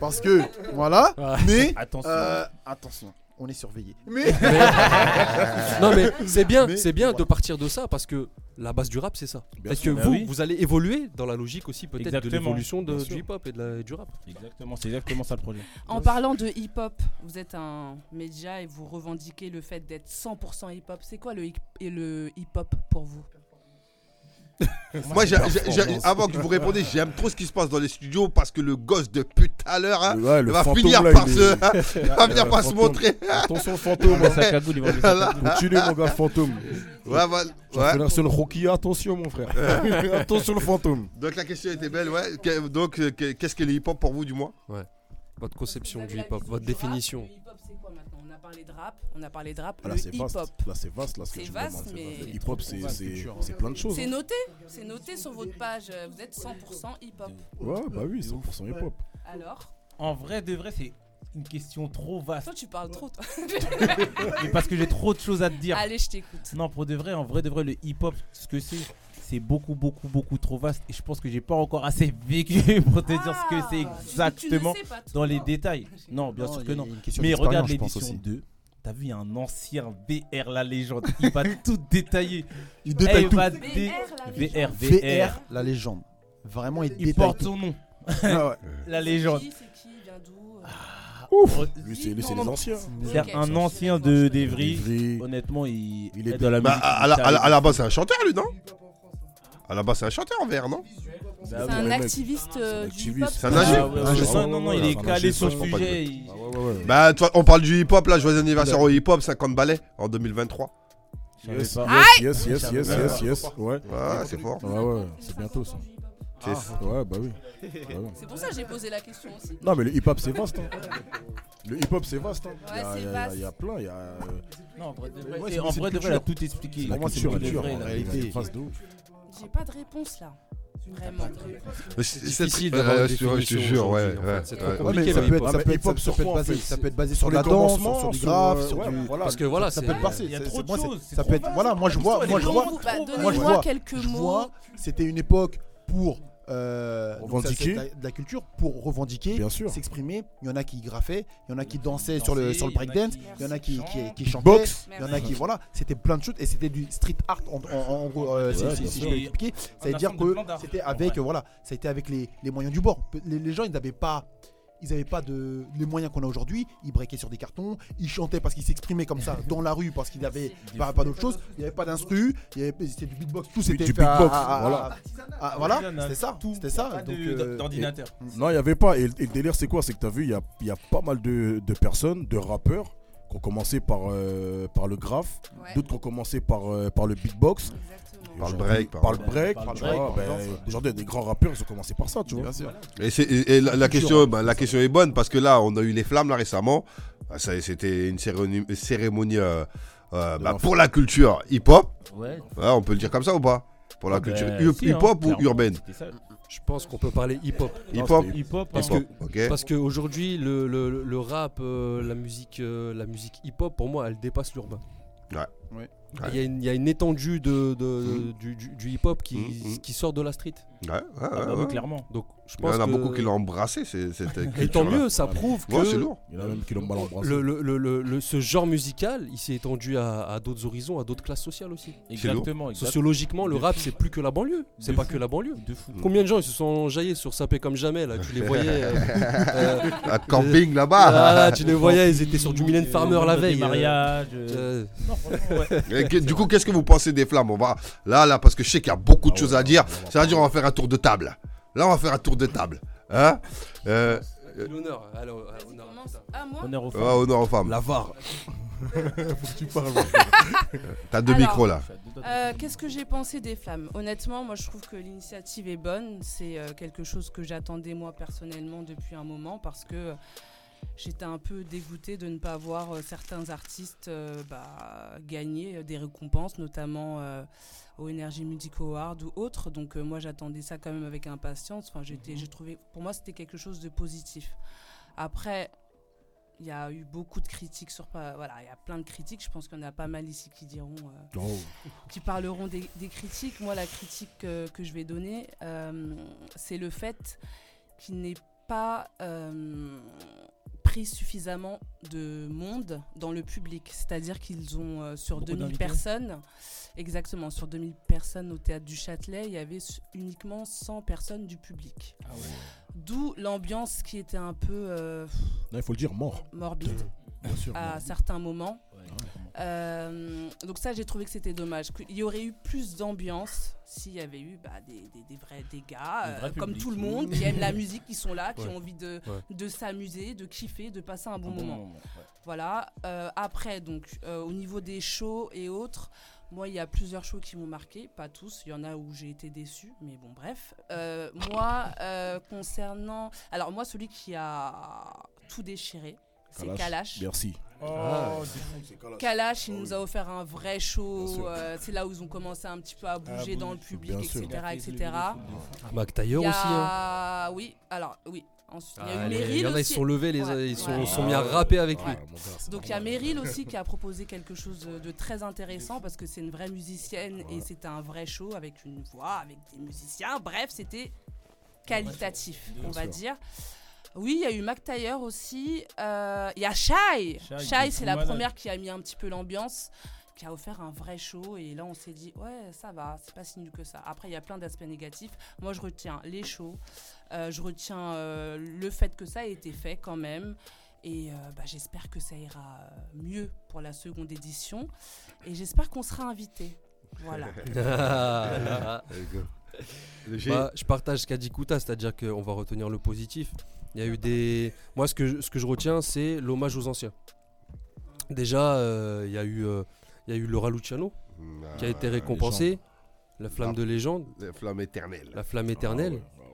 parce que voilà. Ouais. Mais Attention. euh, attention, on est surveillé. Mais non mais c'est bien, Mais- c'est bien de voilà. partir de ça parce que la base du rap, c'est ça. Bien Parce que sûr. Bah vous, oui. vous allez évoluer dans la logique aussi peut-être de Exactement. l'évolution de- Bien du sûr. hip-hop et de la- du rap. Exactement, c'est exactement ça le projet. En parlant de hip-hop, vous êtes un média et vous revendiquez le fait d'être 100% hip-hop. C'est quoi le hip- et le hip-hop pour vous Moi, j'ai- j'ai- j'ai- avant que vous répondiez, j'aime trop ce qui se passe dans les studios parce que le gosse de pute à l'heure hein, Ouais, le va fantôme, finir là, par Ah, il se, est- va finir par se fantôme. montrer. Attention le fantôme. hein, La sacagoule, ils vont enlever sa Voilà. cagoule. Faut tuer mon gars fantôme. Ouais, voilà, J'en ouais. connais un seul Rocky, attention mon frère. attention le fantôme. Donc la question était belle, ouais. Que- Donc euh, que- qu'est-ce que le hip-hop pour vous du moins Votre Vous conception avez du la hip-hop, vision votre du rap, définition. Le hip-hop, c'est quoi maintenant On a parlé de rap, on a parlé de rap, Ah, Là le c'est vaste, hip-hop. là c'est vaste, là ce que C'est tu me vaste, demandes, c'est mais- vaste. Le hip-hop c'est- c'est c'est plein de choses. C'est hein. noté, c'est noté sur votre page. euh, Vous êtes 100% hip-hop. Ouais bah oui, 100% hip-hop. Alors En vrai, de vrai, c'est une question trop vaste. Toi, tu parles trop, toi. Mais parce que j'ai trop de choses à te dire. Allez, je t'écoute. Non, pour de vrai, en vrai, de vrai, le hip-hop, ce que c'est, c'est beaucoup, beaucoup, beaucoup trop vaste. Et je pense que j'ai pas encore assez vécu pour te dire ce que c'est Ah, tu- tu ne exactement sais pas, toi. dans les détails. Non, bien Non, sûr il que y a non. une question Mais d'expérience, regarde je pense l'édition aussi. 2. T'as vu, il y a un ancien VR, la légende. Il va tout détailler. Il Eh, détaille il tout. va VR, dé- la VR, légende. VR. VR, la légende. Vraiment, il Il détaille porte tout. son nom, Ah ouais. la légende. C'est qui, c'est qui, il vient d'où euh, Lui c'est lui, c'est les Non, non. anciens. C'est Ok, un je- ancien je- je- de je- d'Evry. Ivry. Honnêtement, il, Il est dans la Bah, musique. à, à la, à la- à la base, c'est un chanteur, lui, non À la base, c'est un chanteur en vert, non C'est un activiste euh, du hip-hop. activiste. C'est un ingé. Ah, ouais, ouais, Ingé ouais. son. Non, non, non, il Ouais, est c'est un calé ingé sur son, le pas de- sujet. il- Ah, ouais, ouais, ouais. Bah, toi, on parle du hip-hop, là, joyeux anniversaire au hip-hop, 50 balais en 2023. Je savais Yes, pas. yes, yes, yes, yes, yes, yes. Ouais. Ouais, c'est fort. Ouais, Ah ouais, c'est bientôt ça. Ouais, bah oui. Bah oui. C'est pour ça que j'ai posé la question aussi. Non, mais le hip-hop, c'est vaste. hein. Le hip-hop, c'est vaste. hein. Il y a- Ouais, c'est il y a- vaste. Il y a plein. Il y a. euh, Non, en vrai, de Ouais, vrai, c'est- en c'est vrai, de une vrai, il a tout expliqué. La culture, de elle est dure. vrai, hein. il a- Il y a des réalité. phases de ouf. J'ai pas de réponse là. Vraiment. C'est C'est difficile très- d'avoir ouais, une je te- je te définition jure, ouais. aujourd'hui, en fait, ouais, c'est ouais. trop Ouais, compliqué, mais ça le peut hip-hop. être, ça peut être, Hip-hop, ça sur peut être quoi, en basé, fait ça peut être basé sur Sur de les la danse, sur, commencements, du sur, graphe, euh, sur ouais, du. voilà. Parce que voilà, ça c'est peut être parfait, passé. Il y a c'est- trop c'est- de moi, c'est- choses. Ça peut être. Voilà, moi je vois, elle est moi je vois, longue. Bah, moi, je Donnez-moi vois- quelques je mots. vois, c'était une époque pour euh, donc ça, Revendiquer. c'est de la- de la culture, pour revendiquer, Bien sûr. s'exprimer. Il y en a qui graffaient, il y en a qui dansaient Danser, sur le sur le il y en a breakdance, qui- il y en a qui qui, qui chantaient. Box. Il y en a qui, voilà, c'était plein de choses et c'était du street art en, en- en gros, euh, si- Ouais, si, bien si sûr. je peux expliquer. Ça veut Un dire ensemble de que plans d'art. c'était En avec, vrai. euh, voilà, ça a été avec les, les moyens du bord. Peu- Les, les gens, ils n'avaient pas. Ils n'avaient pas de, les moyens qu'on a aujourd'hui. Ils breakaient sur des cartons, ils chantaient parce qu'ils s'exprimaient comme ça dans la rue parce qu'ils n'avaient pas, pas d'autre chose. Il n'y avait pas d'instru, il y avait- c'était du beatbox, tout c'était du fait à- beatbox, à- à- voilà. à- à- voilà, Artisanat, c'était ça, tout. c'était Pas ça. de- Donc, euh, d'ordinateur. Non, il n'y avait pas. Et, le- et le délire, c'est quoi C'est que tu as vu, il y a, il y a pas mal de, de personnes, de rappeurs, qui ont commencé par, euh, par le graphe, Ouais, d'autres qui ont commencé par, euh, par le beatbox. exactement. Par le Aujourd'hui, break, par- Par, le break. par le tu break, vois, par la ben, danse. Aujourd'hui, il y a des grands rappeurs, ils ont commencé par ça, tu vois. Et, c'est- et- et la, la hein. question, bah, la question est bonne parce que là, on a eu les flammes là récemment. Ah, ça- C'était une cérémonie, cérémonie euh, euh, bah, pour la culture hip-hop. Ouais. Ouais, on peut le dire comme ça ou pas Pour la Ah, culture ben, bah, hu- si, hein, hip-hop ou clairement. urbaine C'était ça. Je pense qu'on peut parler hip-hop. Hip-hop, Hip-hop, Parce hein. que ok. Parce qu'aujourd'hui, le, le, le rap, euh, la musique, euh, la musique hip-hop, pour moi, elle dépasse l'urbain. Ouais. Mm. Ouais. Il y a une- il y, a une étendue de, de- du, du- du hip-hop qui, Mhm, mhm. qui sort de la street. Ouais, ouais, ouais, Ah bah ouais. oui, clairement. Donc, je Il y pense en a que- beaucoup qui l'ont embrassé, c'est- cette Et tant culture-là. mieux, ça prouve que Ouais, c'est lourd. Il y en a même qui l'ont mal Ah, embrassé. le, le- le- le- le- ce genre musical, il s'est étendu à, à d'autres horizons, à d'autres classes sociales aussi. C'est lourd. Exactement. exact- Sociologiquement, le De rap, fou. c'est plus que la banlieue. C'est De pas fou. Mm. que la banlieue. De fou. Combien de gens ils se sont jaillés sur Sapé comme jamais là Tu les voyais. euh, euh, À camping ah, là-bas. là, tu les voyais, ils étaient sur du Mylène Farmer la veille. euh, Mariage. euh, Non, franchement, ouais. Et que- Du coup, qu'est-ce que vous pensez des flammes On va là, là, parce que je sais qu'il y a beaucoup de Ah choses ouais, à dire. on va- on va C'est-à-dire, on va faire un tour de table. Là, on va faire un tour de table. Hein Euh, L'honneur, alors, euh, alors, Vas-y, honneur. commence. Ah, moi Honneur aux ouais, femmes. honneur aux femmes. L'avare. T'as deux Alors, micros là. Bah, Euh, Qu'est-ce que j'ai pensé des flammes Honnêtement, moi je trouve que l'initiative est bonne. C'est euh, quelque chose que j'attendais moi personnellement depuis un moment parce que euh, j'étais un peu dégoûtée de ne pas voir euh, certains artistes euh, bah, gagner euh, des récompenses, notamment euh, au Energy Music Award ou autres. Donc euh, moi j'attendais ça quand même avec impatience. Enfin, j'étais- j'ai trouvé, pour moi c'était quelque chose de positif. Après, il y a eu beaucoup de critiques sur pas. Voilà, il y a plein de critiques. Je pense qu'il y en a pas mal ici qui diront. euh, Oh. qui parleront des, des critiques. Moi, la critique euh, que je vais donner, euh, c'est le fait qu'il n'est pas euh, pris pris suffisamment de monde dans le public. C'est-à-dire qu'ils ont, euh, sur Beaucoup 2000 d'invités. personnes, exactement, sur 2000 personnes au théâtre du Châtelet, il y avait s- uniquement 100 personnes du public. Ah D'où l'ambiance qui était un peu euh, Là, il faut le dire, mort. morbide Bien sûr. à certains moments. Euh, donc ça, j'ai trouvé que c'était dommage. Qu'il y aurait eu plus d'ambiance s'il y avait eu bah, des, des- des vrais des gars, Des euh, vrais comme publics. tout le monde, qui aiment la musique, qui sont là, qui Ouais. ont envie de, Ouais. de s'amuser, de kiffer, de passer un bon Un bon moment. moment, ouais. Voilà. Euh, après, donc, euh, au niveau des shows et autres, moi, il y a plusieurs shows qui m'ont marqué, pas tous. Il y en a où j'ai été déçu, mais bon, bref. Euh, moi, euh, concernant, alors moi, celui qui a tout déchiré, c'est Kalash. Merci. Oh, Kalash, il nous a offert un vrai Ah Bien show. sûr. Ah euh, c'est là où ils ont commencé un petit peu à bouger dans le public, Bien sûr. etc., etc. Mac Taylor Il y aussi. hein. a- Oui, alors oui. Ensuite, il y a eu Ah, les- Meryl il y en a, ils aussi. se sont levés, les, Ouais, ils sont, ouais. sont mis à rapper avec lui. Ah, mon gars, c'est Donc il y a normal. Meryl aussi qui a proposé quelque chose de très intéressant parce que c'est une vraie musicienne et c'était un vrai show avec une voix, avec des musiciens. Bref, c'était qualitatif, on va dire. Oui, il y a eu Mac Taylor aussi. Euh, Il y a Shai. Shai, Shai, ils c'est sont la malades. première qui a mis un petit peu l'ambiance, qui a offert un vrai show. Et là, on s'est dit, ouais, ça va, c'est pas si nul que ça. Après, il y a plein d'aspects négatifs. Moi, je retiens les shows. Euh, je retiens euh, le fait que ça a été fait quand même. Et euh, bah, j'espère que ça ira euh, mieux pour la seconde édition. Et j'espère qu'on sera invité. Voilà. Ah, Le G. Bah, je partage ce qu'a dit Kouta, c'est-à-dire qu'on va retenir le positif. Il y a eu des. Moi, ce que je, ce que je retiens, c'est l'hommage aux anciens. Déjà, euh, il y a eu, euh, il y a eu Laura Luciano qui Ah, a été récompensée, la flamme de légende, Mmh, La flamme éternelle. la flamme éternelle. bah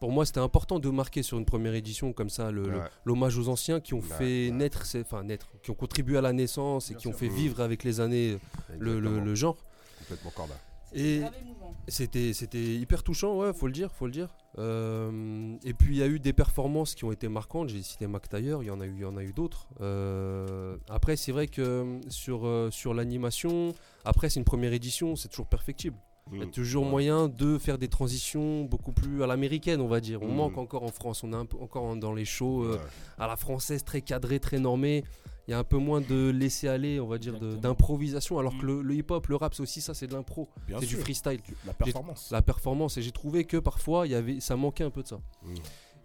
Pour moi, c'était important de marquer sur une première édition comme ça le- le- Ouais. l'hommage aux anciens qui ont Ouais, fait ouais. naître, ces- enfin naître, qui ont contribué à la naissance et qui ont fait Mhm. vivre avec les années le, le- Exactement. le genre. Complètement corda. C'était Et- grave émouvant. C'était, c'était hyper touchant, ouais, faut le dire, faut le dire. Euh, et puis il y a eu des performances qui ont été marquantes. J'ai cité Mac Taylor, il y en a eu, il y en a eu d'autres. Euh, après, c'est vrai que euh, sur euh, sur l'animation, après c'est une première édition, c'est toujours perfectible. Il y a Mm. toujours moyen de faire des transitions beaucoup plus à l'américaine, on va dire. On Mm. manque encore en France, on est un peu encore en- dans les shows euh, Ouais. à la française, très cadré, très normé. Il y a un peu moins de laisser aller, on va dire, de- Exactement. d'improvisation. Alors que Mm. le, le hip-hop, le rap, c'est aussi ça, c'est de l'impro, Bien c'est du sûr. freestyle La performance. la performance et j'ai trouvé que parfois il y avait ça manquait un peu de ça Mm.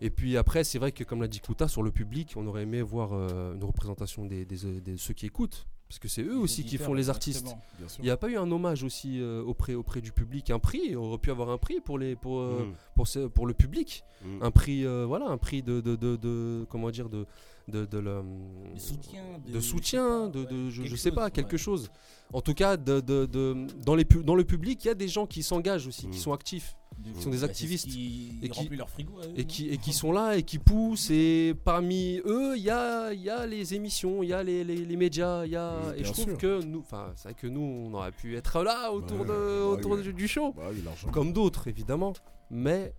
et puis après c'est vrai que comme l'a dit Kouta sur le public on aurait aimé voir euh, une représentation des, des- euh, des- ceux qui écoutent parce que c'est eux aussi qui font les artistes Bien sûr. il n'y a pas eu un hommage aussi euh, auprès, auprès du public un prix on aurait pu avoir un prix pour les pour, euh, Hmm. Mm. pour, ce- pour le public Mm. un prix euh, voilà un prix de, de, de- de- comment dire de de, de la- De soutien, de, de soutien, de, de- je, je sais pas, quelque chose. chose. En tout cas, de, de- de- dans, les pu- dans le public, il y a des gens qui s'engagent aussi, Mm. qui sont actifs ouais. Ils sont des Bah, c'est ce activistes. qui Et qui- remplit leur frigo. à eux, et non qui, et Mm. qui sont là et qui poussent. Et parmi eux, il y a, il y a les émissions, il y a les, les- les médias, il y a... Oui, et je bien trouve sûr. que nous, enfin, c'est vrai que nous, on aurait pu être là autour, Ouais, de, bah autour oui. du- du show, Bah oui, l'argent. comme d'autres évidemment, mais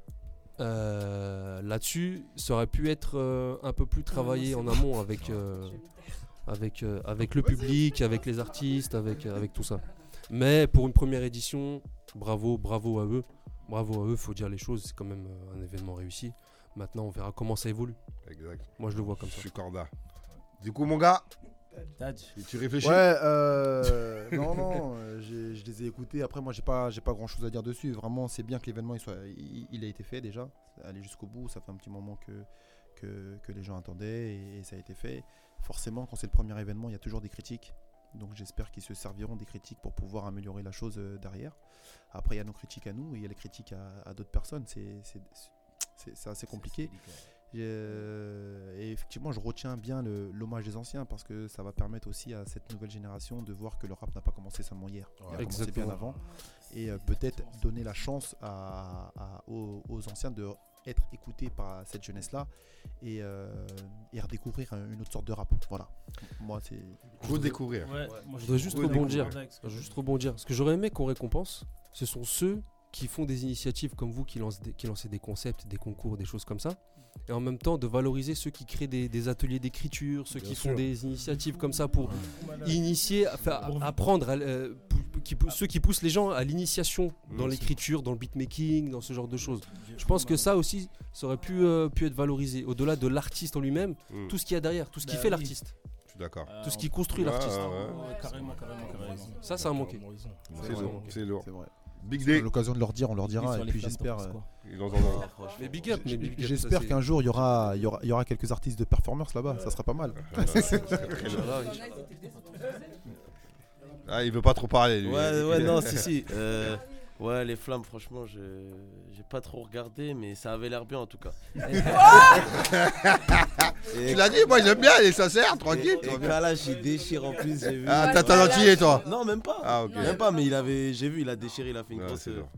euh, là-dessus, ça aurait pu être euh, un peu plus travaillé non, en c'est amont avec. Je euh, vais me taire. avec, euh, avec le public, avec les artistes, avec, euh, avec tout ça. Mais pour une première édition, bravo, bravo à eux. Bravo à eux, faut dire les choses, c'est quand même euh, un événement réussi. Maintenant, on verra comment ça évolue. Exact. Moi, je le vois comme Je ça. suis corda. Du coup, mon gars, Tadj. tu réfléchis Ouais, euh, non, non, euh, j'ai- je les ai écoutés. Après, moi, j'ai pas, j'ai pas grand chose à dire dessus. Vraiment, c'est bien que l'événement il soit, il, il a été fait déjà. Aller jusqu'au bout, ça fait un petit moment que, que, que les gens attendaient et, et ça a été fait. Forcément, quand c'est le premier événement, il y a toujours des critiques. Donc, j'espère qu'ils se serviront des critiques pour pouvoir améliorer la chose euh, derrière. Après, il y a nos critiques à nous et il y a les critiques à, à d'autres personnes. C'est, c'est, c'est- c'est assez compliqué. Et, euh, et effectivement, je retiens bien le- l'hommage des anciens parce que ça va permettre aussi à cette nouvelle génération de voir que le rap n'a pas commencé seulement hier. Il a Ouais. commencé bien Exactement. avant. Et euh, peut-être donner la chance à- à- aux, aux anciens de être écoutés par cette jeunesse-là et, euh, et redécouvrir un- une autre sorte de rap. Voilà. Moi, c'est. Redécouvrir. Ouais, moi, Je voudrais juste suis d'accord rebondir. avec ce que- Je veux juste rebondir. Ce que j'aurais aimé qu'on récompense, ce sont ceux qui font des initiatives comme vous, qui lancent des, qui lancent des concepts, des concours, des choses comme ça. Et en même temps, de valoriser ceux qui créent des, des ateliers d'écriture, ceux Bien qui font sûr. des initiatives comme ça pour initier, à- enfin, à- apprendre, à l- euh, pou- qui pou- ceux qui poussent les gens à l'initiation dans Mmh, l'écriture, dans le beatmaking, dans ce genre de choses. Je pense que ça aussi, ça aurait pu, euh, pu être valorisé. Au-delà de l'artiste en lui-même, Mm. Mmh. tout ce qu'il y a derrière, tout ce qui Bah fait oui. l'artiste, Je suis d'accord. tout ce qui construit Ouais, l'artiste. ouais, ouais. Carrément, carrément, carrément. Ça, ça a manqué. C'est lourd. C'est lourd. C'est vrai. Big On a Day. l'occasion de leur dire, on leur Sur dira. les Et puis flammes j'espère. torses, euh, quoi. Ils en ont Mais big up, mais big up, ça, J'espère c'est- qu'un jour il y aura, il y aura, il y aura quelques artistes de performance là-bas. Ça sera pas mal. Bah Ah, il veut pas trop parler, lui. Ouais, ouais, non, si, si. Euh, ouais, les flammes, franchement, je- j'ai pas trop regardé, mais ça avait l'air bien en tout cas. Tu l'as dit, moi j'aime bien, elle est sincère, tranquille. Et là, j'ai déchire en plus, j'ai vu. Ah, t'as t'as gentil, toi. Non, même pas. Ah, ok. Même pas, mais il avait, j'ai vu, il a déchiré, il a fait une Ouais, grosse. euh, c'est lourd.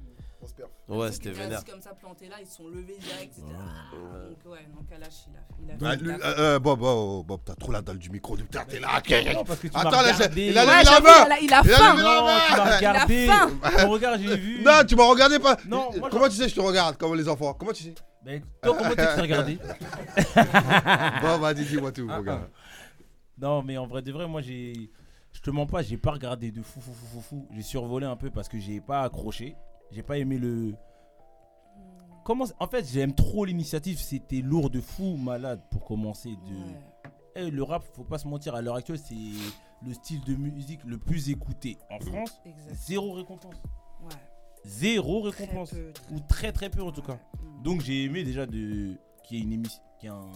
Ouais, c'était vénère. comme ça plantés là, ils se sont levés direct, etc. Donc ouais, donc Kalash, il a, il a Ah, fait le lui- taf. euh, euh, Bob, oh, Bob, t'as trop la dalle du micro. depuis Putain, t'es là. ok. Non, parce que tu m'as Attends, laisse- regardé. il a Ouais, levé la j'avoue, main. il a- il a Il a faim. hein. levé la Non, tu m'as main. regardé. faim. Ton regard, j'ai vu. Non, tu m'as regardé pas. Euh, Non, moi, je- Comment tu sais que je te regarde Comme les enfants. Comment tu sais Mais toi, comment tu t'es regardé Bob, vas-y, dis-moi bah, tout, Ah, mon gars. Non, mais en vrai de vrai, moi j'ai. Je te mens pas, j'ai pas regardé de fou fou fou fou fou. J'ai survolé un peu parce que j'ai pas accroché. J'ai pas aimé le. Comment En fait, j'aime trop l'initiative. C'était lourd de fou, malade pour commencer. De... Ouais. Eh, le rap, faut pas se mentir, à l'heure actuelle, c'est le style de musique le plus écouté en France. Exact. Zéro récompense. Ouais. Zéro Très récompense. peu, très- Ou très très peu en tout cas. Ouais. Mm. Donc j'ai aimé déjà de qu'il y ait une émission, qu'il y ait un-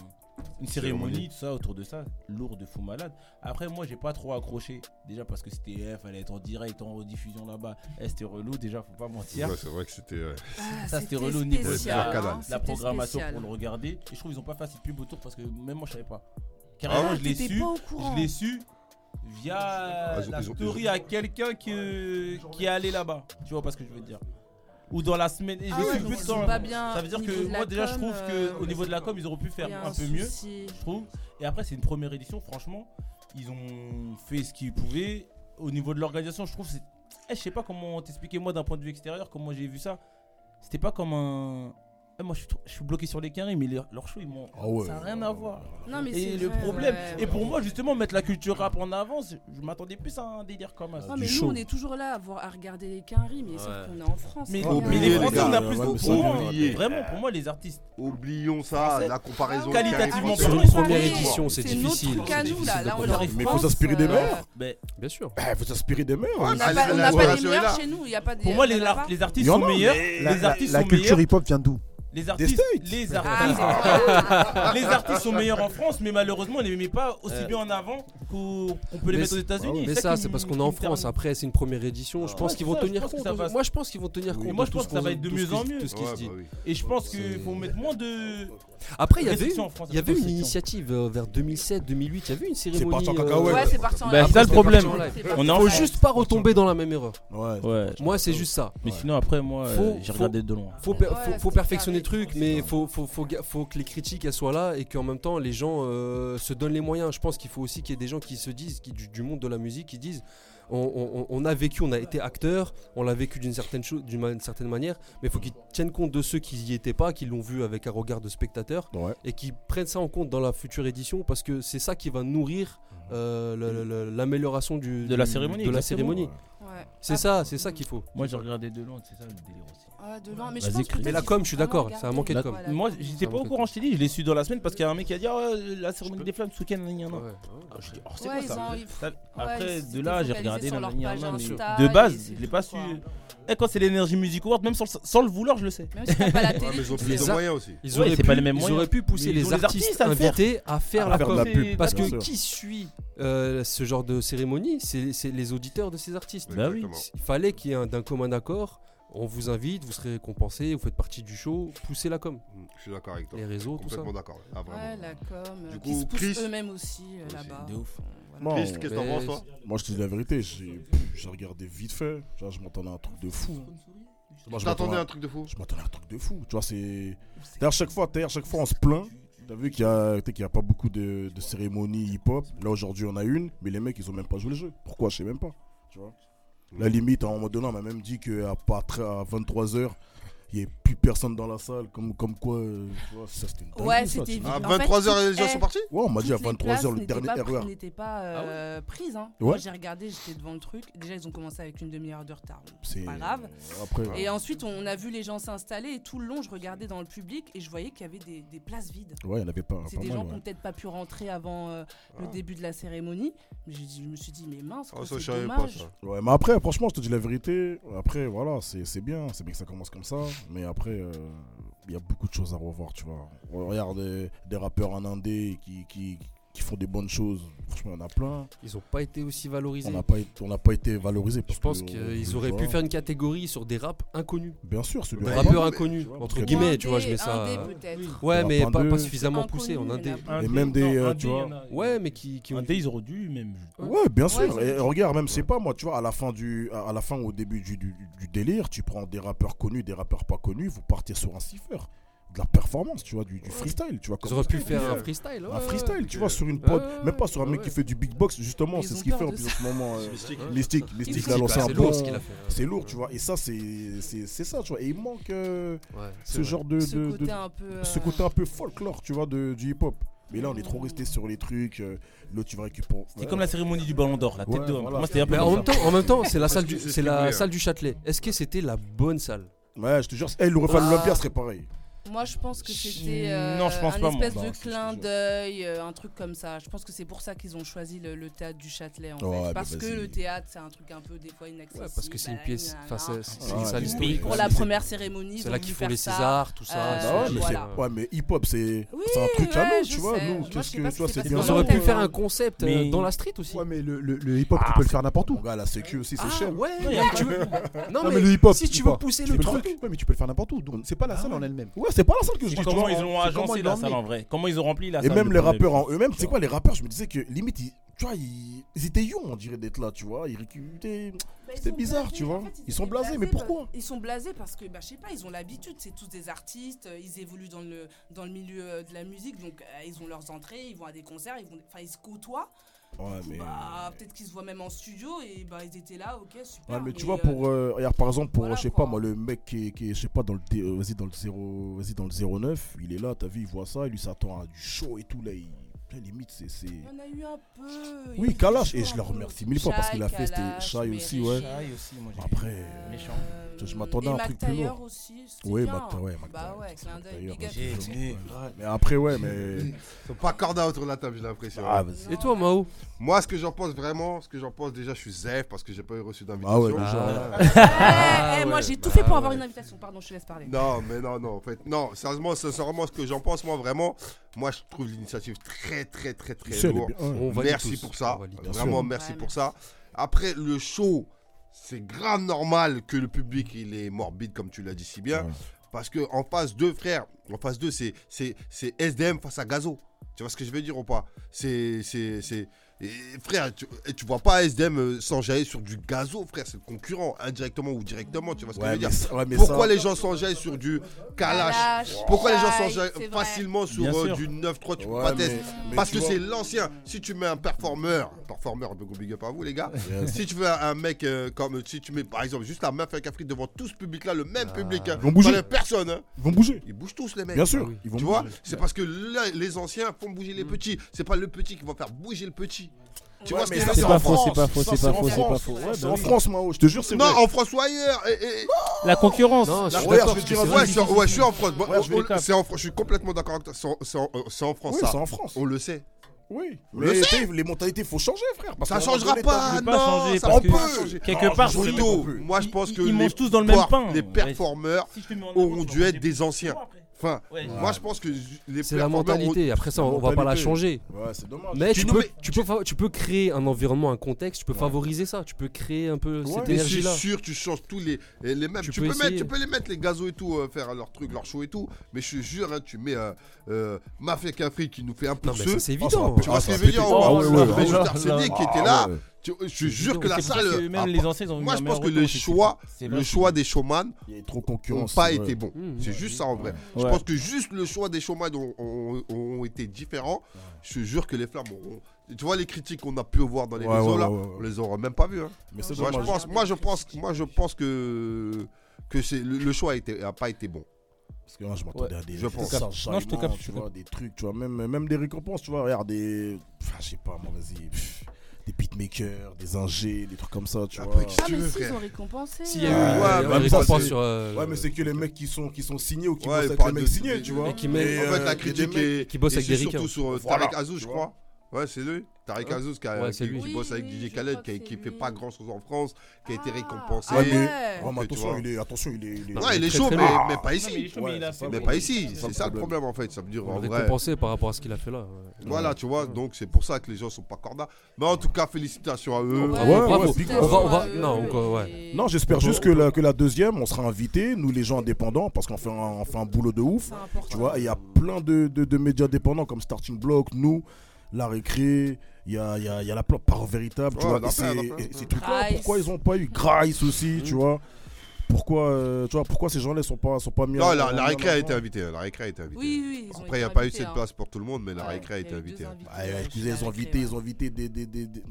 une cérémonie, tout ça autour de ça, lourd de fou malade. Après moi j'ai pas trop accroché déjà parce que c'était eh, fallait être en direct, en rediffusion là-bas, Eh, c'était relou déjà, faut pas mentir. Ouais, c'est vrai que c'était. euh, Ah, Ça, c'était relou au niveau de la- spécial, la hein, La c'était programmation spécial. pour le regarder. Et je trouve ils ont pas fait assez de pub autour parce que même moi je savais pas. Ah, Carrément je l'ai t'étais su, pas au je courant. l'ai su via Ah, ils ont- la ils ont- story ils ont- à quelqu'un que- qui est allé là-bas. Tu vois pas ce que je veux dire. Ou dans la semaine, et je Ah l'ai ouais, su donc plus ils dans- sont pas bien. ça veut dire Au niveau que de la moi déjà je com, trouve euh, que au niveau de la com ils auraient pu faire il y a un, peu mieux, souci. je trouve. Et après c'est une première édition, franchement, ils ont fait ce qu'ils pouvaient. Au niveau de l'organisation, je trouve c'est. Eh, je sais pas comment t'expliquer moi d'un point de vue extérieur, comment j'ai vu ça. C'était pas comme un. Eh, moi je suis, trop- je suis bloqué sur les carrés, mais leur, leur show ils m'ont. Ah ouais. Ça a rien à voir. Non, mais Et c'est le vrai, problème. ouais. Et pour moi justement mettre la culture rap en avance, je m'attendais plus à un délire comme ça. Non, mais du nous, show. on est toujours là à, voir, à regarder les quinries, mais Ouais. sauf qu'on est en France. Mais, hein. Oh, mais oubliez, les les Français, on gars, a plus ouais, mais ça, pour moi, oubliez. Vraiment, pour moi, les artistes. Oublions ça, la Ah, comparaison. Qualitativement qui arrive sur en une ce moment. première édition, c'est C'est difficile. notre truc à C'est nous, difficile là. de Là, on est en comparer. France. Mais il faut s'inspirer des euh, meilleurs. ben, Bien sûr. Il faut s'inspirer Eh, des hein, meilleurs. On Ah, n'a pas, la on n'a pas les génération est là. meilleurs chez nous. Il y a pas des- Pour moi, il y en les, a ar- pas. les artistes Il y en sont a, meilleurs. mais Les la, la- artistes la sont culture meilleurs. hip-hop vient d'où Les artistes, States. les Ah, artistes, les artistes sont meilleurs en France, mais malheureusement, on ne les met pas aussi bien en avant qu'au- qu'on peut les Mais mettre aux c'est- États-Unis. Mais C'est ça, qui c'est parce me- qu'on est qui en me termine. France. hein. Après, c'est une première édition. Je pense Ah, Ouais, qu'ils c'est vont ça, je tenir pense que compte. ça va se- Moi, je pense qu'ils vont tenir compte. moi, de je tout pense ce que ça qu'on- va être de tout ce mieux qui- en mieux. bah, Tout ce qui se Ouais, dit. bah oui. Et je pense C'est- qu'il faut mettre moins de. Après, il y avait Restriction une, en France, il y avait une restriction. initiative euh, vers 2007-2008. Il y avait une C'est cérémonie. parti en euh, cacahuète. Ouais, bah, c'est parti en Bah, live. c'est ça le C'est problème. parti en live. On est en Faut France. juste pas retomber dans la même erreur. Ouais. Ouais. Moi, c'est juste ça. Mais sinon, après, moi, Faut- euh, j'ai faut- regardé de loin. Faut, per- Ouais, faut, faut faut perfectionner le truc, arrêter, mais faut, faut, faut, ga- faut que les critiques elles soient là et qu'en même temps les gens euh, se donnent les moyens. Je pense qu'il faut aussi qu'il y ait des gens qui se disent, qui, du, du monde de la musique, qui disent on, on- on a vécu, on a été acteur, on l'a vécu d'une certaine, chose- d'une ma- une certaine manière, mais il faut qu'ils tiennent compte de ceux qui n'y étaient pas, qui l'ont vu avec un regard de spectateur Ouais. et qui prennent ça en compte dans la future édition parce que c'est ça qui va nourrir euh, le- le- le- l'amélioration du, De la du- cérémonie, de la exactement. cérémonie. Ouais. C'est ça, c'est ça qu'il faut. Moi, j'ai regardé de loin, c'est ça le délire aussi. Ah, de loin, mais je Vas-y, pense que crie. Mais la peut-être com, il faut je suis d'accord, vraiment ça a manqué de regarder. com. Voilà, Moi, comme- j'étais pas au manquait de courant, temps. je t'ai dit, je l'ai su dans la semaine parce qu'il y a un mec qui a dit Ah, la cérémonie des flammes ce week-end. gna, gna, gna. Ah, je dis, Oh, c'est Ouais, quoi ils ça ont- ils- Ça- Après, ils de s'étaient là, j'ai focalisés regardé sur la leur page Insta, De et base, c'est je l'ai pas tout, su. quoi. Eh, quand c'est l'énergie Music Award, même sans le, sans le vouloir, je le sais. Même si t'as pas la Ouais, télé. mais ils ont Mais plus de ça- moyens aussi. Ils Ouais, auraient, c'est pu, pas les mêmes ils moyens. auraient pu pousser Mais ils les ont les artistes, artistes à le faire. invités à faire la faire de com. la pub. Parce que Bien sûr. qui suit euh, ce genre de cérémonie C'est c'est les auditeurs de ces artistes. Bah oui. Exactement. Il fallait qu'il y ait un- d'un commun accord. On vous invite, vous serez récompensé, vous faites partie du show, poussez la com. Mm, Je suis d'accord avec toi. Les réseaux, tout ça. Complètement d'accord. Ah, vraiment. Ouais, la com. euh, Du Qui coup, se Chris- poussent eux-mêmes aussi euh, Aussi, là-bas. de ouf. Voilà. Moi, Chris, qu'est-ce que t'en Mais- penses, toi moi, je te dis la vérité, j'ai j'ai regardé vite fait. Tu vois, je m'attendais à un truc de fou. hein. Moi, T'attendais je m'attendais à- un truc de fou Je m'attendais à un truc de fou. Tu vois, c'est. D'ailleurs, chaque fois, d'ailleurs, chaque fois, on se plaint. T'as vu qu'il y a, tu sais, qu'il y a pas beaucoup de, de cérémonies hip-hop. Là, aujourd'hui, on a une, mais les mecs, ils ont même pas joué le jeu. Pourquoi Je sais même pas. Tu vois. La limite, à un moment donné, on m'a même dit qu'à pas très- à 23h, Il n'y avait plus personne dans la salle, comme, comme quoi. euh, tu vois, ça, c'était une dinguerie, Ouais, ça, c'était tu vite. vois. À En fait, 23h, les toutes- gens eh, sont partis Ouais, on m'a dit à toutes les 23h, places le dernier E n'étaient pas- RER. n'étaient pas Ah euh, prises. hein. Ouais. Moi, j'ai regardé, j'étais devant le truc. Déjà, ils ont commencé avec une demi-heure de retard. donc C'est pas grave. Après, Et ensuite, on a vu les gens s'installer. Et tout le long, je regardais dans le public et je voyais qu'il y avait des, des places vides. ouais, il n'y en avait Ah, pas. C'est pas des mal, gens ouais. qui n'ont peut-être pas pu rentrer avant euh, le Ah. début de la cérémonie. Mais j'ai dit- je me suis dit, mais mince, Ah, quoi, ça, je c'est savais pas dommage. ça. Ouais, mais après, franchement, je te dis la vérité. Après, voilà, c'est c'est bien. C'est bien que ça commence comme ça. Mais après, euh, il y a beaucoup de choses à revoir, tu vois. On regarde euh, des rappeurs en indé qui, qui, qui font des bonnes choses. Franchement, il y en a plein. Ils ont pas été aussi valorisés. On n'a pas, été- on n'a pas été valorisé. euh, Je pense qu'ils auraient pu faire une catégorie sur des raps inconnus. Bien sûr, celui Des là rappeurs inconnus, tu vois, entre parce que- guillemets, tu vois, je Indé, mets ça. hein. euh, indé, peut-être. Ouais, Des mais rappeurs pas, pas indé. suffisamment poussé en indé. Inconnu, il y en a Et même des, euh, tu vois. Ouais, mais qui, qui ont. Un dé, ils auraient dû, même. Ouais, bien sûr. Ouais, et regarde, même c'est pas moi, tu vois, à la fin du, à à la fin au début du, du- du délire, tu prends des rappeurs connus, des rappeurs pas connus, vous partez sur un cipher, de la performance, tu vois, du, du freestyle, tu vois. Ils comme auraient pu ça. faire un freestyle. ouais, Un freestyle, tu ouais. vois, sur une prod, Ouais, même pas sur un ouais, mec ouais. qui fait du beatbox, justement, Ils c'est ont ce qu'il fait peur en de plus en ça. ce moment. euh, ouais. Les sticks, les Ils sticks, ont il a peur, lancé un bah, C'est lourd ce bon- qu'il a fait. C'est lourd, tu vois, et ça, c'est c'est- c'est ça, tu vois. Et il manque euh, Ouais, c'est ce vrai. genre de. Ce de- de- côté un peu. ce euh, côté un peu folklore, tu vois, de, du hip-hop. Mais là, on est trop resté sur les trucs. euh, L'autre, tu vas récupérer. C'est comme la cérémonie du Ballon d'Or, la tête Ouais, de. voilà. Moi, c'était un peu. Mais en comme même ça. temps, en même temps, c'est la Parce salle que du, c'est ce c'est qu'il voulait, la hein. salle du Châtelet. Est-ce que c'était la bonne salle Ouais, je te jure, eh, elle l'aurait fait à Ah. l'Olympia, serait pareil. Moi, je pense que c'était euh, Non, je pense un pas, moi. espèce Non, de Bah, c'est ce que je clin dis. d'œil, euh, un truc comme ça. Je pense que c'est pour ça qu'ils ont choisi le, le théâtre du Châtelet, en Ouais, mais fait. Parce que vas-y. le théâtre, c'est un truc un peu, des fois, inaccessible. Ouais, parce que c'est une bah, pièce, gna, enfin gna. c'est c'est Ouais. une salle Oui, historique. Pour ouais. la première cérémonie, C'est là qu'ils qu'ils font les Césars, tout ça. Euh, c'est- Bah ouais, mais voilà. c'est ouais, mais hip-hop c'est Oui, c'est un truc ouais, à nous, je tu vois. sais. Nous, Moi, tout je ce sais que pas tu ce vois, qui s'est passé c'est des dans Ils le auraient pu Césars. faire un concept euh, Mais- dans la street aussi. Ouais, mais le, le- le hip-hop, tu peux le faire n'importe Ah, Mon où. gars, la sécu aussi, c'est Ah, cher. ouais. Ouais, y a mais pas tu de- veux- Non Non, mais, mais le hip-hop, si tu hip-hop, veux pousser Tu le peux truc, faire- ouais, mais tu peux le Ah faire n'importe où. Donc, c'est pas la salle en elle-même. Ah Ouais, c'est pas la salle que je dis. tu Comment vois. ils l'ont c'est comment agencé ils la l'ont salle emmené. en vrai Comment ils ont rempli la Et salle même le les premier rappeurs en jour eux-mêmes, c'est Tu quoi vois. les rappeurs Je me disais que limite, ils, tu vois, ils, ils étaient ions, on dirait d'être là, tu vois. Ils récupéraient. Bah, ils C'était sont bizarre, tu vois. Ils sont étaient blasés, mais parce- pourquoi Ils sont blasés parce que, bah, je sais pas, ils ont l'habitude, c'est tous des artistes, euh, ils évoluent dans le, dans le milieu euh, de la musique, donc euh, ils ont leurs entrées, ils vont à des concerts, ils, vont, enfin, ils se côtoient. Ouais, mais. Bah, peut-être qu'ils se voient même en studio et bah, ils étaient là, ok, super. Ouais, mais tu vois, euh, pour. euh, regarde, par exemple, pour, voilà, je sais quoi. pas, moi, le mec qui est, qui est, je sais pas, dans le, dé- euh, vas-y, dans le 0, vas-y, dans le 09, il est là, t'as vu, il voit ça, il lui s'attend à du show et tout, là, il. putain, Limite, c'est. c'est- Il y en a eu un peu. Oui, ils Kalash, étaient et je le un peu- remercie mille fois parce qu'il a Shy, fait, c'était Kalash, Shy aussi, Mehrichi, ouais. Aïe aussi, moi, j'ai- Après. euh, Méchant. Je- je m'attendais à un et truc plus Mac lourd. Taylor aussi, c'était Oui, bien. Mac- ouais, Mac Bah Taylor, ouais, c'est clin Mac d'œil, Taylor, big up. bien sûr. Génie. Mais après, ouais, mais. Ils sont pas cordés autour de la table, j'ai l'impression. Ah, vas-y. Et toi Mao Moi, ce que j'en pense vraiment, ce que j'en pense déjà, je suis zèf parce que j'ai pas eu reçu d'invitation. Ah ouais, Eh, eh, moi, j'ai tout bah fait Ah pour avoir ouais. une invitation. Pardon, je te laisse parler. Non, mais non, non, en fait, non, sérieusement, sincèrement, ce que j'en pense, moi, vraiment, moi, je trouve l'initiative très, très, très, très Seul, lourde. bien- ouais. On valide Merci tous, pour ça, on valide. Bien vraiment, sûr. merci Ouais, pour ça. Après, le show, c'est grave normal que le public, il est morbide, comme tu l'as dit si bien, Ouais. parce que en face deux, frère, en face deux, c'est, c'est, c'est SDM face à Gazo. Tu vois ce que je veux dire ou pas C'est, c'est, c'est... et frère, tu, et tu vois pas SDM euh, s'enjailler sur du gazo, frère, c'est le concurrent, indirectement ou directement, tu vois ce que je Ouais, veux dire mais ça- ouais, mais pourquoi ça- les gens s'enjaillent sur du Kalash Kalash, Pourquoi les gens Shai, s'enjaillent c'est vrai. facilement sur Bien euh, sûr. du 9-3 Tu Ouais, peux pas mais- tester. mais Parce tu que vois- c'est l'ancien. Si tu mets un performeur, performeur, big up, big up à vous les gars. Yes. Si tu veux un mec euh, comme si tu mets par exemple juste la meuf avec un fric devant tout ce public là, le même Ah. public, hein, Ils vont bouger. t'enlèves personne, hein. Ils vont bouger. ils bougent tous les mecs. Bien sûr, oui. ils vont Tu vois, bouger. Mm. c'est parce que là, les anciens font bouger les petits. C'est pas le petit qui va faire bouger le petit. Tu Ouais, vois ce que mais je ça, veux C'est dire pas en faux, c'est France. pas faux, Ça, c'est c'est pas en faux, c'est pas France. faux. Ouais, C'est bah en oui. France, Mao, je te jure, c'est Non, vrai. en France ou ailleurs. Et- et- et- La concurrence. Non, je suis Regarde, d'accord, je parce te que dirais, c'est Ouais, vrai. vas-y. sur- ouais, je suis en France. Bon, Ouais, je vais on- les cap. c'est en France. Je suis complètement d'accord avec toi. C'est en- C'est en euh, c'est en France Oui, ça. c'est en France. On le sait. Oui, On le mais tu sais, les mentalités, faut changer, frère. parce Ça qu'à un moment changera donné, pas. t'as- Je Ah veux pas non, changer ça parce peut changer. que quelque Non, part, je c'est- rigole. Bruno, on peut. moi je Ils- pense ils- que ils les, mangent tous dans le même portes- pain. les Ouais. performeurs Si tu mets en avant, auront tu dû vois, être c'est des anciens. après. Enfin, Ouais, je- moi je pense que les C'est la performeurs mentalité. Après ça, la on va pas la mentalité. changer. Ouais, c'est dommage. Mais Tu tu nous peux, mets- tu, peux, fa- tu peux créer un environnement, un contexte, tu peux favoriser ça, tu peux créer un peu Ouais, cette ont- Mais c'est énergie-là. sûr, tu changes tous les, et les mêmes. Tu, Tu peux peux mettre, essayer. tu peux les mettre les gazos et tout, euh, faire leur truc, leur show et tout. Mais je te jure, hein, tu mets euh, euh, Mafia Cafri qui nous fait un peu Non, mais ça, c'est évident. Tu vois ce que je veux dire péter. on va- Ah on ouais, va ouais, mettre ouais. juste Ah Arsenic qui était là. Tu- Je te jure que la C'est pour ça que salle. Même a les pas- anciens, ils ont eu Moi un je meilleur pense que retour, le c'est- choix, c'est le vrai. choix des showman Il y a trop de n'ont concurrence. pas c'est été vrai. bons. Mmh. C'est juste ça en vrai. Je Ouais. pense que juste le choix des chômages ont, ont- ont été différents. Je te jure que les flammes auront Tu vois les critiques qu'on a pu voir dans les Ouais, réseaux ouais, là, ouais, ouais. on les aura même pas vues. hein. Mais c'est moi, je dommage. pense, moi, je pense, moi, je pense que que c'est le, le choix a, été- a pas été bon. Parce que moi, je m'attendais à des Je pense. des Non, je te enchaînements, capte, je tu te vois, des trucs, tu vois, même, même des récompenses, tu vois, regarde, des. Enfin, je sais pas, moi, vas-y. pff, Des beatmakers, des ingés, des trucs comme ça, tu Ah, vois. bah, Ah, tu mais veux, si, ils frère. ont récompensé. S'il y a eu euh, Ouais, euh, mais une même ça, récompense c'est- sur. euh, Ouais, mais c'est que les mecs qui sont, qui sont signés ou qui Ouais, ils bossent avec les parlent mecs de- signés, tu vois. Et qui mettent- Et, en euh, fait, la il y a des critique mecs- est, qui bosse est avec des surtout ricains. sur euh, hein. Voilà. Tariq Azouz, je crois. Ouais, c'est lui. Tariq Azouz qui, a- Ouais, c'est qui- lui. qui Oui, bosse avec oui, DJ je Khaled, crois qui, que qui c'est fait lui. pas grand chose en France, qui a été Ah, récompensé. ah Ouais, mais- ouais. Oh, mais Tu attention, vois. il est, attention, il est. il est- Non, Ouais, il est très, chaud, très mais, loin. mais pas Non, mais il est ici. chaud, mais il a Ouais, fait- Mais bon. pas ici, C'est ça c'est le ça le problème. problème en fait. Ça veut dire en vrai. récompensé par rapport à ce qu'il a fait là. ouais. Voilà, tu vois, donc c'est pour ça que les gens sont pas cordables. Mais en tout cas, félicitations à eux. Ah ouais, bravo. ouais, big On va- on va- Euh, non, et- encore, ouais. et- Non, j'espère juste que la, que la deuxième, on sera invité, nous les gens indépendants, parce qu'on fait, un- on fait un boulot de ouf. c'est important. Tu vois, il y a plein de, de- de médias dépendants comme Starting Block, nous, La Récré, il y a, il y a- il y a la pla- part véritable, tu Ouais, vois. on en Et fait, ces on en fait. et ces trucs-là, Grice. pourquoi ils ont pas eu Grice aussi, Mm. tu vois pourquoi, euh, tu vois, pourquoi ces gens-là sont pas, sont pas mis Non, en- la, en- la en récré a avant été invitée. hein, La récré a été invitée. Oui, oui. ils ont Après, il n'y été a pas eu invités, cette hein. place pour tout le monde, mais la Ouais, récré a il y été a eu deux invitée. hein. invités, Ah, ouais, euh, excusez, chez ils ont la invité, récré, ils ont invité des. des, des, des-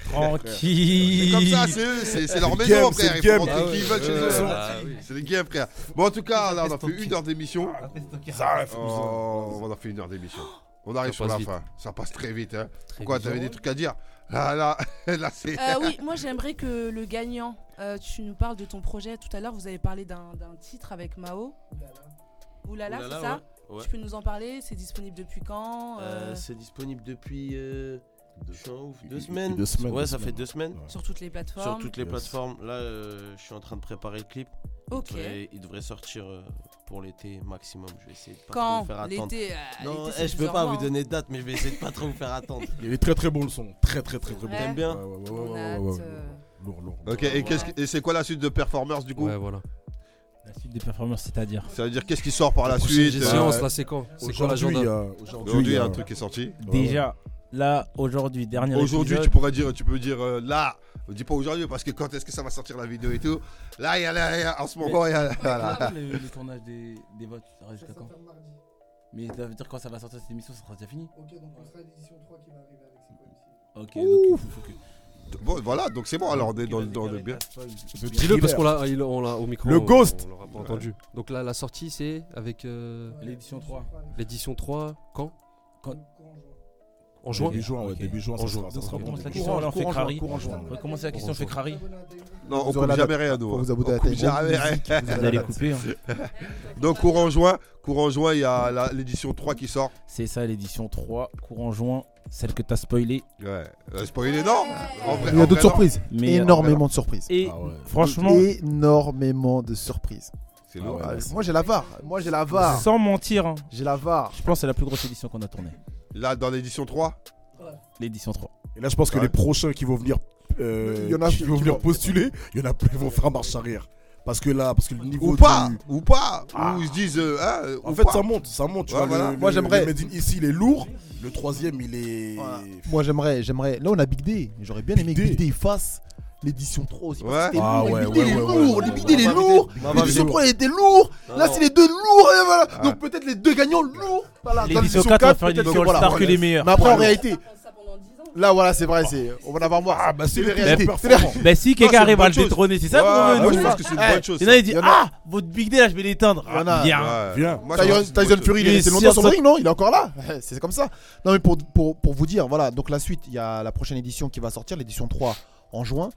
C'est Tranquille. comme ça, c'est eux, c'est c'est leur C'est le maison, game, frère. c'est Ils le font game. rentrer Ah qui ouais, ils veulent chez ouais, eux. ouais. Ah C'est les games, frère. Bon, en tout cas, là, on a fait Tranquille. une heure d'émission. Ah, Ça, Oh, on a fait une heure d'émission. On arrive Ça sur passe la vite. fin. Ça passe très vite. Hein. Très Pourquoi bizarre. T'avais des trucs à dire Là, là, là, c'est. Euh, oui, moi j'aimerais que le gagnant, euh, tu nous parles de ton projet. Tout à l'heure, vous avez parlé d'un d'un titre avec Mao. Oulala, Oulala, c'est ça Oh ouais. Tu peux nous en parler C'est disponible depuis quand Euh, euh, C'est disponible depuis euh, je suis un ouf, deux Deux semaines. semaines, Ouais, deux ça fait semaines. deux semaines. Ouais. Sur toutes les Sur plateformes toutes les Yes. plateformes. Là, euh, je suis en train de préparer le clip. Ok. Il devrait- il devrait sortir euh, pour l'été maximum. Je vais essayer de pas trop Quand vous faire attendre. L'été. euh, Non, l'été, eh, c'est hein. je peux plusieurs pas mois, vous donner de date, mais je vais essayer de pas trop vous faire attendre. Il est très très bon le son, très très très très bon. Ouais. T'aimes Ouais, bien ouais, ouais, hein. On a ouais, ouais, hâte, ouais, euh, ouais. Lourd, lourd. Ok, et qu'est-ce que- et c'est quoi la suite de Performance du coup Ouais, voilà. La suite des performances, c'est-à-dire. Ça veut dire qu'est-ce qui sort par la Prochaine suite euh, séance, là, c'est quand C'est quoi Aujourd'hui, il y l'agenda a- Aujourd'hui, il y a un euh, truc qui est sorti. Déjà, là, aujourd'hui, dernier Aujourd'hui, tu épisode. pourrais dire, tu peux dire euh, là. Dis pas aujourd'hui parce que quand est-ce que ça va sortir la vidéo et tout. Là, il y a, là, il y a- en ce moment, il y a. Voilà. Le, le tournage des, des votes, ça reste jusqu'à quand Mais ça veut dire quand ça va sortir cette émission, ça sera déjà fini. Ok, donc on sera à l'édition 3 qui va arriver avec Ok, donc il faut que. Bon, voilà, donc c'est bon. Alors, on est dans, le- dans le bien. Dis-le parce qu'on l'a il- on l'a au micro. Le on- Ghost. On l'aura pas entendu. Donc là, la sortie, c'est avec euh, L'édition 3. l'édition 3, quand Quand En juin Début juin, ouais, Ok. début juin, En ça juin. sera- ça sera On bon. commence la Courant, question, là, on fait courant juin, crari. courant juin. On va commencer la question Bonjour. Fekhrari. Non, on Vous aurez coupe la jamais rien, nous. Faut hein. vous abouter à On la coupe tête. jamais rien. Vous Ah allez couper. hein. Donc, courant juin, courant juin, il y a la- l'édition 3 qui sort. C'est ça l'édition 3, courant juin, celle que t'as spoilée. Ouais. Euh, spoilé, non En vrai- Il y en a d'autres vrai, surprises. Mais euh, Énormément de surprises. et Ah ouais. franchement, Énormément de surprises. non. C'est lourd. Ah ouais. Ah, Moi j'ai la VAR. Moi j'ai la VAR. sans mentir, hein, J'ai la VAR. je pense que c'est la plus grosse édition qu'on a tournée. Là, dans l'édition 3, L'édition 3. Et là, je pense que Ouais. les prochains qui vont venir, euh, Il y en a qui qui vont vont- venir postuler, il y en a plein qui vont faire marche arrière. Parce que là, parce que le niveau ou pas, du- ou pas, Ah. ou ils se disent, euh, hein, euh, En ou fait, pas. ça monte, ça monte. Tu Ouais, vois, voilà. le- Moi, le- j'aimerais- le Made in ici, il est lourd. Le troisième, il est. Voilà. Moi j'aimerais, j'aimerais. Là on a Big D. J'aurais bien aimé que Big D. Big D fasse l'édition 3 aussi. parce Ouais. que c'était Ah lourd, ouais, Big D, ouais, il est ouais, lourd. ouais, Le ouais, Big D il est ouais. lourd. Big D, L'édition 3 il était lourd. Là c'est les deux lourds. et voilà. Ah. Donc peut-être les deux gagnants lourds. Voilà, dans L'édition 4 va faire une peut-être édition que voilà. All-Star que les meilleurs. Mais après en Ouais. réalité, On pense ça pendant 10 ans. là voilà c'est vrai, c'est on va en avoir moins. Ah, bah, c'est les le plus réalités. performant. Bah si, quelqu'un une arrive à bonne le chose. détrôner, c'est ça Ouais, qu'on moi, veut je nous pense que c'est une Eh, bonne chose. Il y en a qui disent Il y en a- Ah, votre big day là, je vais l'éteindre. Il y en a- Ah, bien. Ouais. Viens. Moi, je pense que c'est Tyson, une Tyson bonne Fury, il Il est est resté sur longtemps sur le ce- ring, non Il est encore là C'est c'est comme ça. Non, mais pour, pour, pour vous dire, voilà, donc la suite, il y a la prochaine édition qui va sortir, l'édition 3 en juin.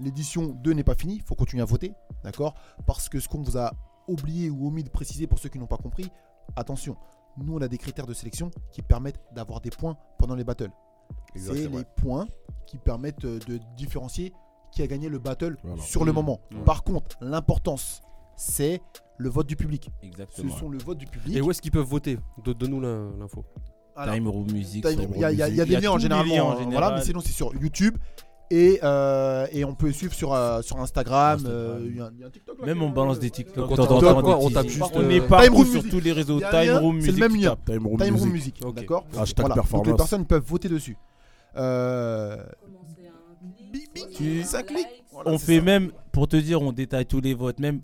L'édition 2 n'est pas finie, il faut continuer à voter, d'accord Parce que ce qu'on vous a oublié ou omis de préciser pour ceux qui n'ont pas compris, attention, nous on a des critères de sélection qui permettent d'avoir des points pendant les battles. chose. C'est les points qui permettent euh, de différencier qui a gagné le battle Voilà. sur le Mmh. moment. Ouais. Par contre, l'importance, c'est le vote du public. Ce Exactement. sont le vote du public. Et où est-ce qu'ils peuvent voter Don- Donne-nous la- l'info. Alors, Time Room Music. T'as- Soul Il y, a- il y a il y Music. a des Il y liens en tous les général, liens en Voilà, général. mais sinon c'est sur YouTube et, euh, et on peut suivre sur, euh, sur Instagram. Instagram. euh, il y a un- il y a un TikTok là Même qui est- on balance des TikTok. Donc, on de temps en tape temps, quoi des On petits- tape juste, On euh, est Time partout Room sur Music. tous les réseaux. Il y a un lien, Time Room C'est Music. le même tu lien. tapes. Time Room Time Room Music. Music. Ok. D'accord Hashtag Voilà. Donc les performance. personnes peuvent voter dessus. Euh, Commencer un clip, bing, bing, soit ça un clique. like, Voilà, On c'est fait ça. même, pour te dire, on détaille tous les votes, même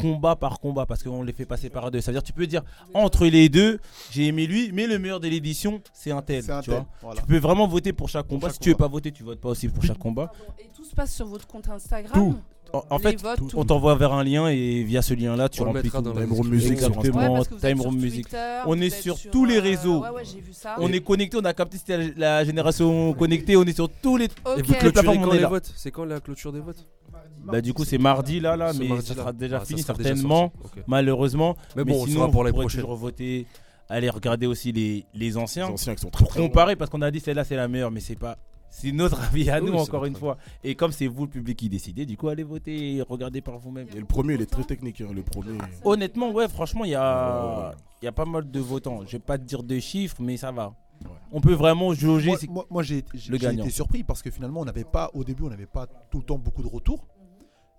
combat par combat parce qu'on les fait passer par deux. Ça veut dire tu peux dire entre les deux, j'ai aimé lui, mais le meilleur de l'édition, c'est un tel. C'est un tu tel, vois. voilà. Tu peux vraiment voter pour chaque combat. chaque si tu veux combat. pas voter, tu votes pas aussi pour chaque combat. Et tout se passe sur votre compte Instagram Tout. En, en Les fait, votes, tout. on t'envoie vers un lien et via ce lien-là, tu On le remplis mettra tout. dans la Time description. Room Music sur Exactement. Instagram. Ouais, parce que vous Time êtes sur Room Music. Twitter, On vous est êtes sur tous les euh, réseaux. ouais, ouais, j'ai vu ça. On est connecté, on a capté c'était la, la génération connectée, on est sur tous les. Ok. Et vous La plateforme, clôturez on quand est les là. votes C'est quand la clôture des votes Bah du coup c'est mardi là là, Ce mais ça mardi-là. sera déjà Ah, ça fini sera déjà certainement, sorti. Ok. malheureusement. Mais bon, on sinon, sera pour vous les pourrez prochaines. toujours voter. Allez regarder aussi les, les Les anciens. anciens qui sont très très bons. Comparer parce qu'on a dit celle-là c'est la meilleure, mais c'est pas. C'est notre avis à Oui, nous c'est encore votre une avis. fois. Et comme c'est vous le public qui décidez, du coup allez voter et regardez par vous-même. Et le premier, il est très technique. hein, le premier. Honnêtement ouais franchement il y Ouais, ouais, a ouais. il y a pas mal de votants. Je vais pas te dire de chiffres mais ça va. Ouais. On peut vraiment jauger. Moi, c'est- moi- moi, j'ai j'ai- Le j'ai gagnant. été surpris parce que finalement, on n'avait pas, au début, on n'avait pas tout le temps beaucoup de retours.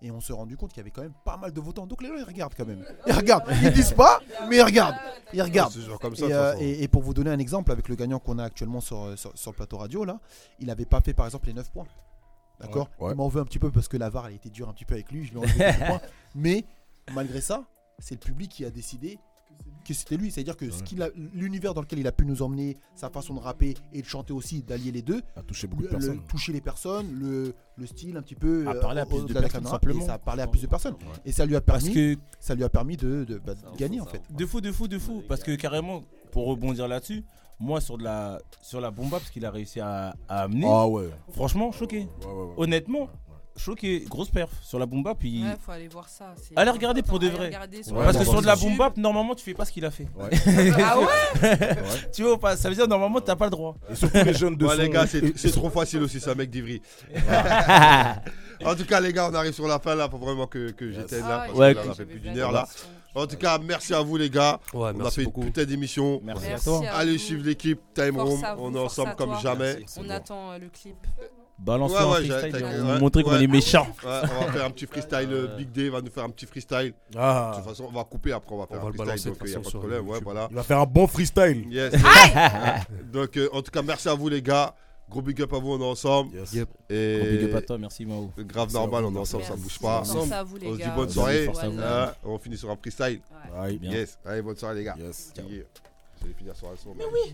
Et on s'est rendu compte qu'il y avait quand même pas mal de votants. Donc les gens, ils regardent quand même. Ils regardent. Ils disent pas, mais ils regardent. Ils regardent. C'est genre comme ça. Et, de toute euh, façon. hein. et- et pour vous donner un exemple, avec le gagnant qu'on a actuellement sur, euh, sur, sur le plateau radio, là, il n'avait pas fait par exemple les 9 points. D'accord Ouais, ouais. Il m'en veut un petit peu parce que la VAR, elle était dure un petit peu avec lui. Je lui ai enlevé quelques points. Mais malgré ça, c'est le public qui a décidé que c'était lui. C'est-à-dire que ce Ouais. qu'il a- l'univers dans lequel il a pu nous emmener, sa façon de rapper et de chanter aussi, d'allier les deux, A touché beaucoup le- de le, personnes. toucher les personnes, le, le style un petit peu. À euh, parler à plus de au-delà la personnes, caméra, simplement. et ça a parlé à plus de personnes. Et ça lui a Parce permis, que ça lui a permis de, de- bah, de gagner en fait. De fou, de fou, de fou. Parce que carrément, pour rebondir là-dessus, moi sur de la sur la bomba, parce qu'il a réussi à, à amener, Ah ouais. franchement choqué. Ouais, ouais, ouais. Honnêtement, choqué, grosse perf sur la bomba. Puis Ouais, faut aller voir ça. c'est- Allez regarder pour de Allez vrai. regarder sur- Ouais, parce bon, que bon, sur de la YouTube. bomba, normalement tu fais pas ce qu'il a fait. Ouais. Ah ouais tu vois, pas- ça veut dire normalement t'as pas le droit. Et surtout les jeunes de Ouais, son- les gars, et- c'est c'est trop facile aussi, c'est un mec d'Ivry. en tout cas, les gars, on arrive sur la fin là. Faut vraiment que, que j'étais là. Ah Parce Ouais, que là, on a j'avais fait plus pas d'une heure là. l'impression. En tout cas, merci à vous, les gars. Ouais, on a fait Ah, merci beaucoup. une putain d'émission. Merci, Merci à toi. à Allez vous. suivre l'équipe Time Force Room. à vous, On est force ensemble à comme toi. jamais. Ouais, On attend euh, le clip. Balance Ouais, un ouais, freestyle, j'ai- on t'as- va montrer qu'on ouais. est méchant. on va faire un petit freestyle. euh, Big D va nous faire un petit freestyle. De Ah, toute façon, on va couper après. On va faire va un le freestyle. balancer de Donc, il n'y a façon pas de sur problème. Ouais, YouTube. voilà. il va faire un bon freestyle. Yes. Donc, euh, en tout cas, merci à vous, les gars. Gros big up à vous, on est ensemble. Yes. Yep. Et Gros big up à toi, merci Mao. grave Merci à normal, vous. on est ensemble, ça Merci. bouge pas. Force à vous, les On se dit gars. bonne soirée. Force à vous. Voilà. Hein, on finit sur un freestyle. Ouais. Bye. Bien. Yes. Allez, bonne soirée, les gars. Yes. Yeah. J'allais finir sur un son. mais-